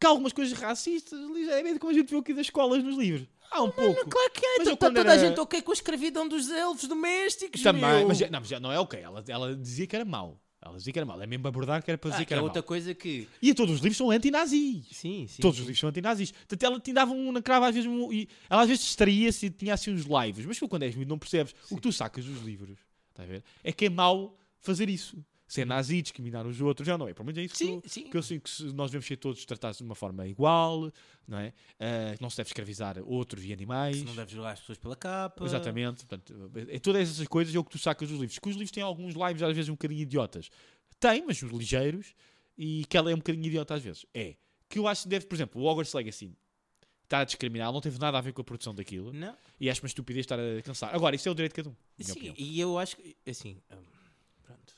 que há algumas coisas racistas, ligeiramente como a gente viu aqui das escolas nos livros. Há um pouco.
Claro que é.
Mas eu
Está
quando
toda a
era-
gente ok com a escravidão dos elfos domésticos.
Também,
meu.
é
Ah,
mas já, não, mas já não é ok, ela, ela dizia que era mau. Ela dizia que era mau, é mesmo abordar que era para dizer
Ah,
que
que é
era
outra
mau.
coisa que.
E todos os livros são antinazis.
Sim, sim.
Todos os livros são antinazis. Portanto, ela te dava um na crava, às vezes, um- e ela às vezes distraía-se e tinha assim uns lives. Mas tu, quando és miúdo, não percebes. O que tu sacas dos livros, estás a ver? É que é mau fazer isso. Ser nazi, discriminar os outros, já não é. Pelo menos é isso que
Sim,
eu-
sim.
que eu sinto que se- nós devemos ser todos tratados de uma forma igual, não é? Ah, que não se deve escravizar outros e animais.
Se não deve julgar as pessoas pela capa.
Exatamente. Portanto, é todas essas coisas é o que tu sacas dos livros. Que os livros têm alguns lives às vezes um bocadinho idiotas. Tem, mas os ligeiros. E que ela é um bocadinho idiota às vezes. É. Que eu acho que deve, por exemplo, o Hogwarts Legacy está a discriminar, não teve nada a ver com a produção daquilo.
Não.
E acho uma estupidez estar a cansar. Agora, isso é o direito de cada um. Minha
Sim,
opinião.
e eu acho que. Assim. hum, pronto.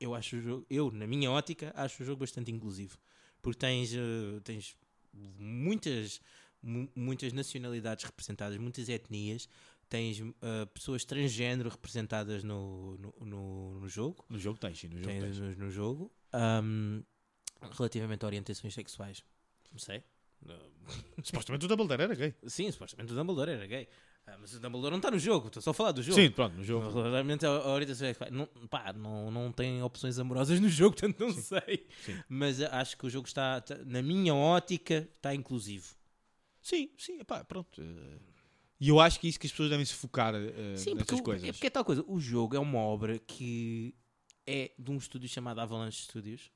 Eu acho o jogo. Eu, na minha ótica, acho o jogo bastante inclusivo. Porque tens. eh, tens muitas. mu- muitas nacionalidades representadas, muitas etnias. Tens eh, pessoas transgênero representadas no- no- no, no jogo.
No jogo tens, sim, no jogo
tem
tens.
no, no jogo. Ahm, relativamente a orientações sexuais, não sei. Eh,
Supostamente o Dumbledore era gay.
Sim, supostamente o Dumbledore era gay. Ah, mas o Dumbledore não está no jogo, estou só a falar do jogo.
Sim, pronto, no jogo.
Relativamente a, a orientações sexuais, não, pá, não, não tem opções amorosas no jogo, portanto não sei.
Sim.
Mas ah, acho que o jogo está, tá- na minha ótica, está inclusivo.
Sim, sim, epá, pronto. eh, E eu acho que é isso que as pessoas devem se focar eh,
Sim, porque,
nessas
o-
coisas.
é porque é tal coisa. O jogo é uma obra que é de um estúdio chamado Avalanche Studios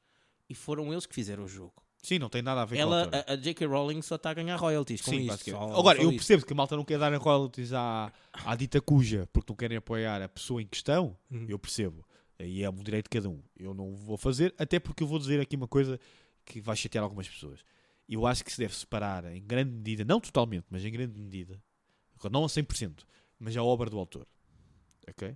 e foram eles que fizeram o jogo.
Sim, não tem nada a ver com a
ela,
autora.
a, a J.K. Rowling só está a ganhar royalties com
Sim,
isto.
basicamente.
só-
Agora,
só
eu
isto.
percebo que a malta não quer dar royalties à, à dita cuja porque não querem apoiar a pessoa em questão.
Uhum.
Eu percebo. E é um direito de cada um. Eu não vou fazer, até porque eu vou dizer aqui uma coisa que vai chatear algumas pessoas. Eu acho que se deve separar em grande medida, não totalmente, mas em grande medida, não a 100%, mas a obra do autor. Ok?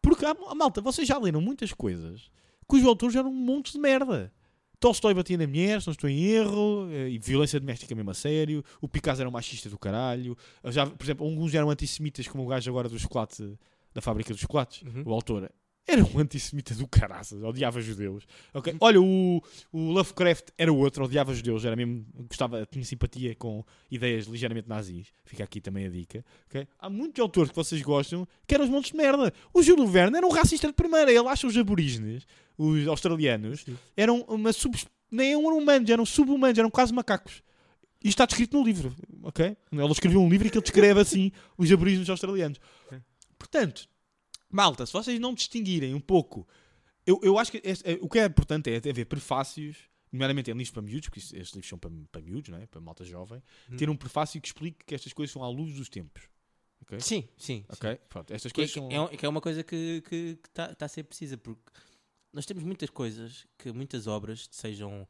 Porque, há, a malta, vocês já leram muitas coisas cujo autor já era um monte de merda. Tolstói batia na mulher, se não estou em erro, eh, e violência doméstica mesmo a sério. O Picasso era um machista do caralho. Eh, Já, por exemplo, alguns eram antissemitas, como o gajo agora do chocolate, da fábrica dos chocolates,
Uhum.
o autor. Era um antissemita do caraças, odiava judeus. ok Olha, o, o Lovecraft era outro, odiava judeus, era mesmo, gostava, tinha simpatia com ideias ligeiramente nazis. Fica aqui também a dica. ok? Há muitos autores que vocês gostam que eram os montes de merda. O Júlio Verne era um racista de primeira, ele acha os aborígenes, os australianos, eram uma sub... nem eram humanos, eram sub-humanos, eram quase macacos. Isto está descrito no livro, ok? Ele escreveu um livro em que ele descreve assim os aborígenes australianos. Portanto, Malta, se vocês não distinguirem um pouco, eu, eu acho que este- é- o que é importante é haver prefácios, nomeadamente em livros para miúdos, porque isto- estes livros são para, para miúdos, não é? para malta jovem, ter um prefácio que explique que estas coisas são à luz dos tempos. Ok?
Sim, sim. sim.
Ok? Pronto, estas
Que,
coisas
que
são.
é, um- que é uma coisa que está que, que tá- tá a ser precisa, porque nós temos muitas coisas, que muitas obras, sejam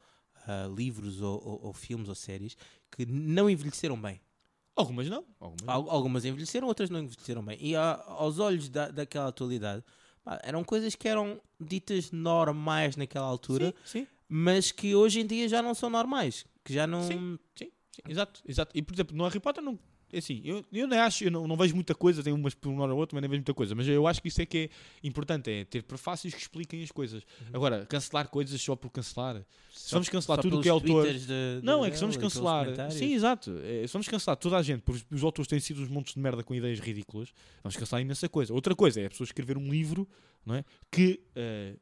ah, livros ou, ou- ou filmes ou séries, que não envelheceram bem.
Algumas não. Algumas não.
Al- Algumas envelheceram, outras não envelheceram bem. E a- aos olhos da, daquela atualidade, pá, eram coisas que eram ditas normais naquela altura,
Sim,
mas que hoje em dia já não são normais. Que já não.
Sim. sim, sim, exato, exato. E por exemplo, no Harry Potter não. é Assim, eu, eu nem acho, eu não, não vejo muita coisa, tem umas por um lado ou outro, mas nem vejo muita coisa. Mas eu acho que isso é que é importante, é ter prefácios que expliquem as coisas. Agora, cancelar coisas só por cancelar. Se vamos cancelar
Só
tudo o
pelos
que é autor.
twitters de- de
Não, é que se
dela
vamos
e pelos
cancelar.
comentários.
Sim, exato. É, se vamos cancelar toda a gente, porque os- os autores têm sido uns montes de merda com ideias ridículas, vamos cancelar imensa coisa. Outra coisa é a pessoa escrever um livro não é, que eh,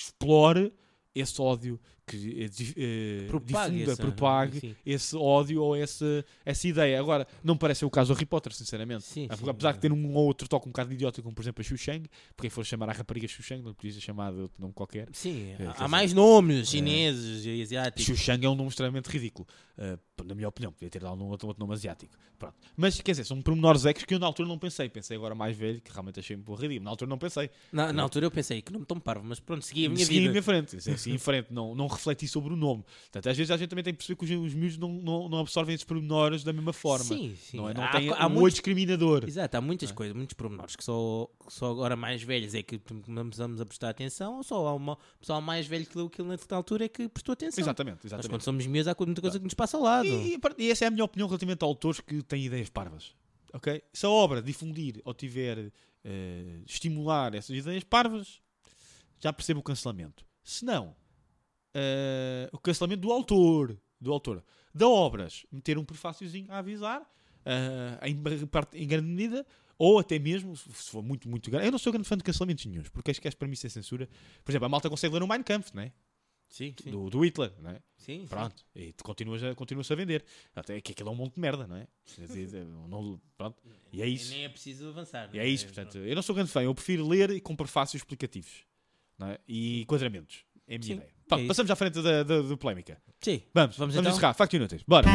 explore esse ódio, que eh, di- eh,
Propague
difunda,
essa-
propague
sim.
esse ódio ou essa, essa ideia. Agora, não parece ser o caso do Harry Potter, sinceramente.
Sim,
Apesar
sim,
apesar
é.
de ter um ou outro toque um bocado idiota, como por exemplo a Xu Shang, porque for chamar a rapariga Xu Shang, não podia ser chamada de outro nome qualquer.
Sim,
É, quer
há
dizer, é.
mais nomes chineses e asiáticos.
Xuxang é um nome extremamente ridículo, eh, na minha opinião. Podia ter dado um outro, outro nome asiático. Pronto. Mas, quer dizer, são pormenores extras que eu na altura não pensei. Pensei agora mais velho, que realmente achei um pouco ridículo. Na altura não pensei.
Na, na altura eu pensei que não me tão parvo, mas pronto, segui a minha
Segui
vida.
em frente. Assim, assim, em frente. Não, não refleti sobre o nome. Portanto, às vezes a gente também tem que perceber que os, os miúdos não, não, não absorvem esses pormenores da mesma forma.
Sim, sim.
Não, é? não
Há
tem
co-
um
há
olho
muitos-
discriminador.
Exato, há
é?
muitas coisas, muitos pormenores que só, que só agora mais velhos é que começamos a prestar atenção, ou só há uma pessoa mais velha que leu aquilo na altura é que prestou atenção.
Exatamente,
Mas
exatamente.
quando somos miúdos há muita coisa que nos passa ao lado.
E, e, par- e essa é a minha opinião relativamente a autores que têm ideias parvas. ok? Se a obra difundir ou tiver eh, estimular essas ideias parvas, já percebo o cancelamento. Se não, eh, o cancelamento do autor, do autor da obras, meter um prefáciozinho a avisar, eh, em, bar- parte- em grande medida, ou até mesmo, se se for muito, muito grande. Eu não sou grande fã de cancelamentos nenhums, porque acho que para mim isso é censura. Por exemplo, a malta consegue ler o Mein Kampf, né?
Sim, sim.
do, do Hitler, não é?
sim, sim.
Pronto, e tu continuas a, continuas a vender. Até que aquilo é um monte de merda, não é? Quer dizer, não- pronto. E é isso.
Nem é preciso avançar.
E é isso, portanto, eu não sou grande fã, eu prefiro ler e com prefácios explicativos não é? e enquadramentos. É a minha
Sim,
ideia. Pronto,
é isso.
passamos à frente da, da, da polémica.
Sim.
Vamos,
Vamos
vamos,
então?
encerrar. Facto inúteis. Bora.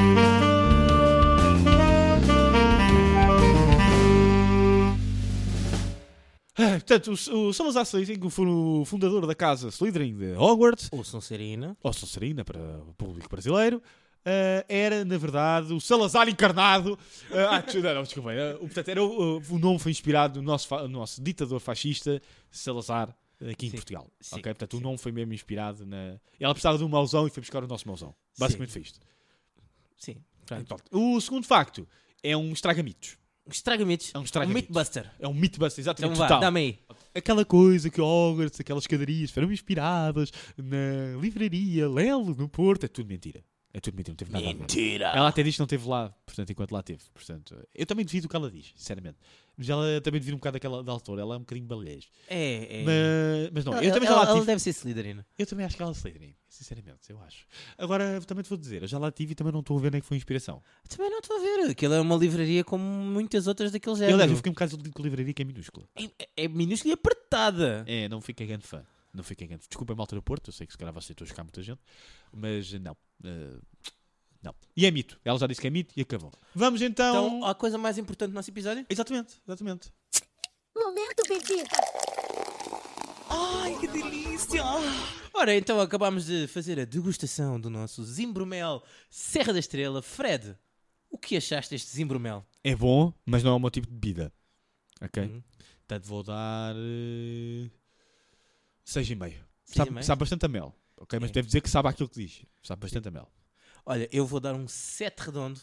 Ah, Portanto, o, o Salazar Slytherin foi o fundador da casa Slytherin de Hogwarts
Ou Sonserina.
ou Sonserina para o público brasileiro, eh, era, na verdade, o Salazar encarnado. Eh, ah, des- não, não, desculpa. eh, o, portanto, era, o, o nome foi inspirado no nosso, fa- no nosso ditador fascista, Salazar, eh, aqui em
Sim,
Portugal.
sim,
ok? Portanto, o
sim.
nome foi mesmo inspirado na... Ela precisava de um mauzão e foi buscar o nosso mauzão. Basicamente
Sim.
foi isto.
Sim. Pronto.
Pronto. O segundo facto é um estragamitos.
Estraga-mitos.
É um estraga-mitos.
Mythbuster.
É um mitbuster,
Então
exatamente,
vá,
total.
dá-me aí.
Aquela coisa que Hogwarts, aquelas escadarias foram inspiradas na livraria Lelo, no Porto. É tudo mentira. É tudo mentira, não teve nada a ver.
Mentira.
Ela até diz que não teve lá, portanto, enquanto lá teve. Portanto, eu também devido o que ela diz, sinceramente. Mas ela também devido um bocado daquela da autora, ela é um bocadinho balês.
É, é.
Mas, mas não,
Ela-
eu também já
ela,
lá
ela
tive.
deve ser Slytherin.
Eu também acho que ela é Slytherin, sinceramente, eu acho. Agora, também te vou dizer, eu já lá tive e também não estou a ver nem que foi inspiração.
Também não estou a ver. Aquilo é uma livraria como muitas outras daquele
Eu,
género.
aliás, eu fiquei um bocado de livraria que é minúscula.
É, é minúscula e apertada.
É, não fiquei grande fã. Não fiquei grande. Desculpa, é malta do Porto, eu sei que se calhar você estou a chocar muita gente, mas não. eh, não. E é mito. Ela já disse que é mito e acabou. Vamos então.
Então, a coisa mais importante do nosso episódio?
Exatamente, exatamente.
Momento Pepita.
Ai, que delícia! Ora, então acabámos de fazer a degustação do nosso Zimbromel Serra da Estrela. Fred, o que achaste deste Zimbromel?
É bom, mas não é o meu tipo de bebida. Ok?
Uhum.
Portanto, vou dar. eh, seis e meio.
Seis e
Sabe,
meio?
sabe bastante a mel. Ok? Mas
É.
deve dizer que sabe aquilo que diz. Sabe bastante a mel.
Olha, eu vou dar um 7 redondo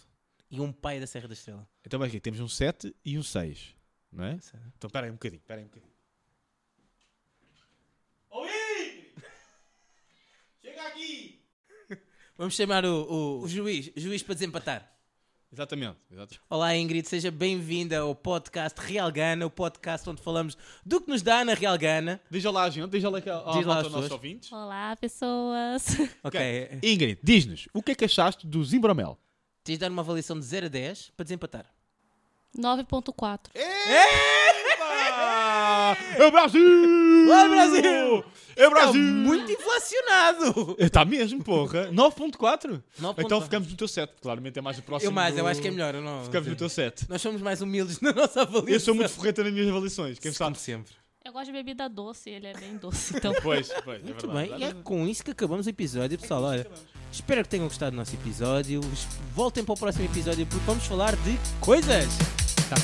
e um pai da Serra da Estrela.
Então, mas aqui temos um 7 e um 6. Não é? Então, espera aí um bocadinho. Espera aí um bocadinho. Oi! Chega aqui!
Vamos chamar o, o- o juiz, juiz para desempatar.
Exatamente. exatamente.
Olá Ingrid, seja bem-vinda ao podcast Real Gana, o podcast onde falamos do que nos dá na Real Gana.
Diz lá, gente. Diz lá que a,
Diz lá às
aos nossos
pessoas.
ouvintes.
Olá, pessoas.
Ok.
Ok. Ingrid, diz-nos. O que é que achaste do Zimbromel?
Tens de dar uma avaliação de 0 a 10 para desempatar.
9.4.
Epa! É o Brasil!
Vai, Brasil!
É o
Está
Brasil!
muito inflacionado.
Está Tá mesmo, porra. 9.4?
9.4.
Então ficamos no teu 7. Claramente é mais o próximo.
Eu mais,
do-
eu acho que é melhor. eu Não,
Ficamos no teu 7.
Nós somos mais humildes na nossa avaliação.
Eu sou muito forreta nas minhas avaliações. Quem
Como
sabe?
sempre.
Eu gosto de bebida doce, ele é bem doce, então.
Pois, pois.
Muito bem, e é com isso que acabamos o episódio, pessoal.
É
Olha, espero que tenham gostado do nosso episódio. Voltem para o próximo episódio porque vamos falar de coisas. Tá.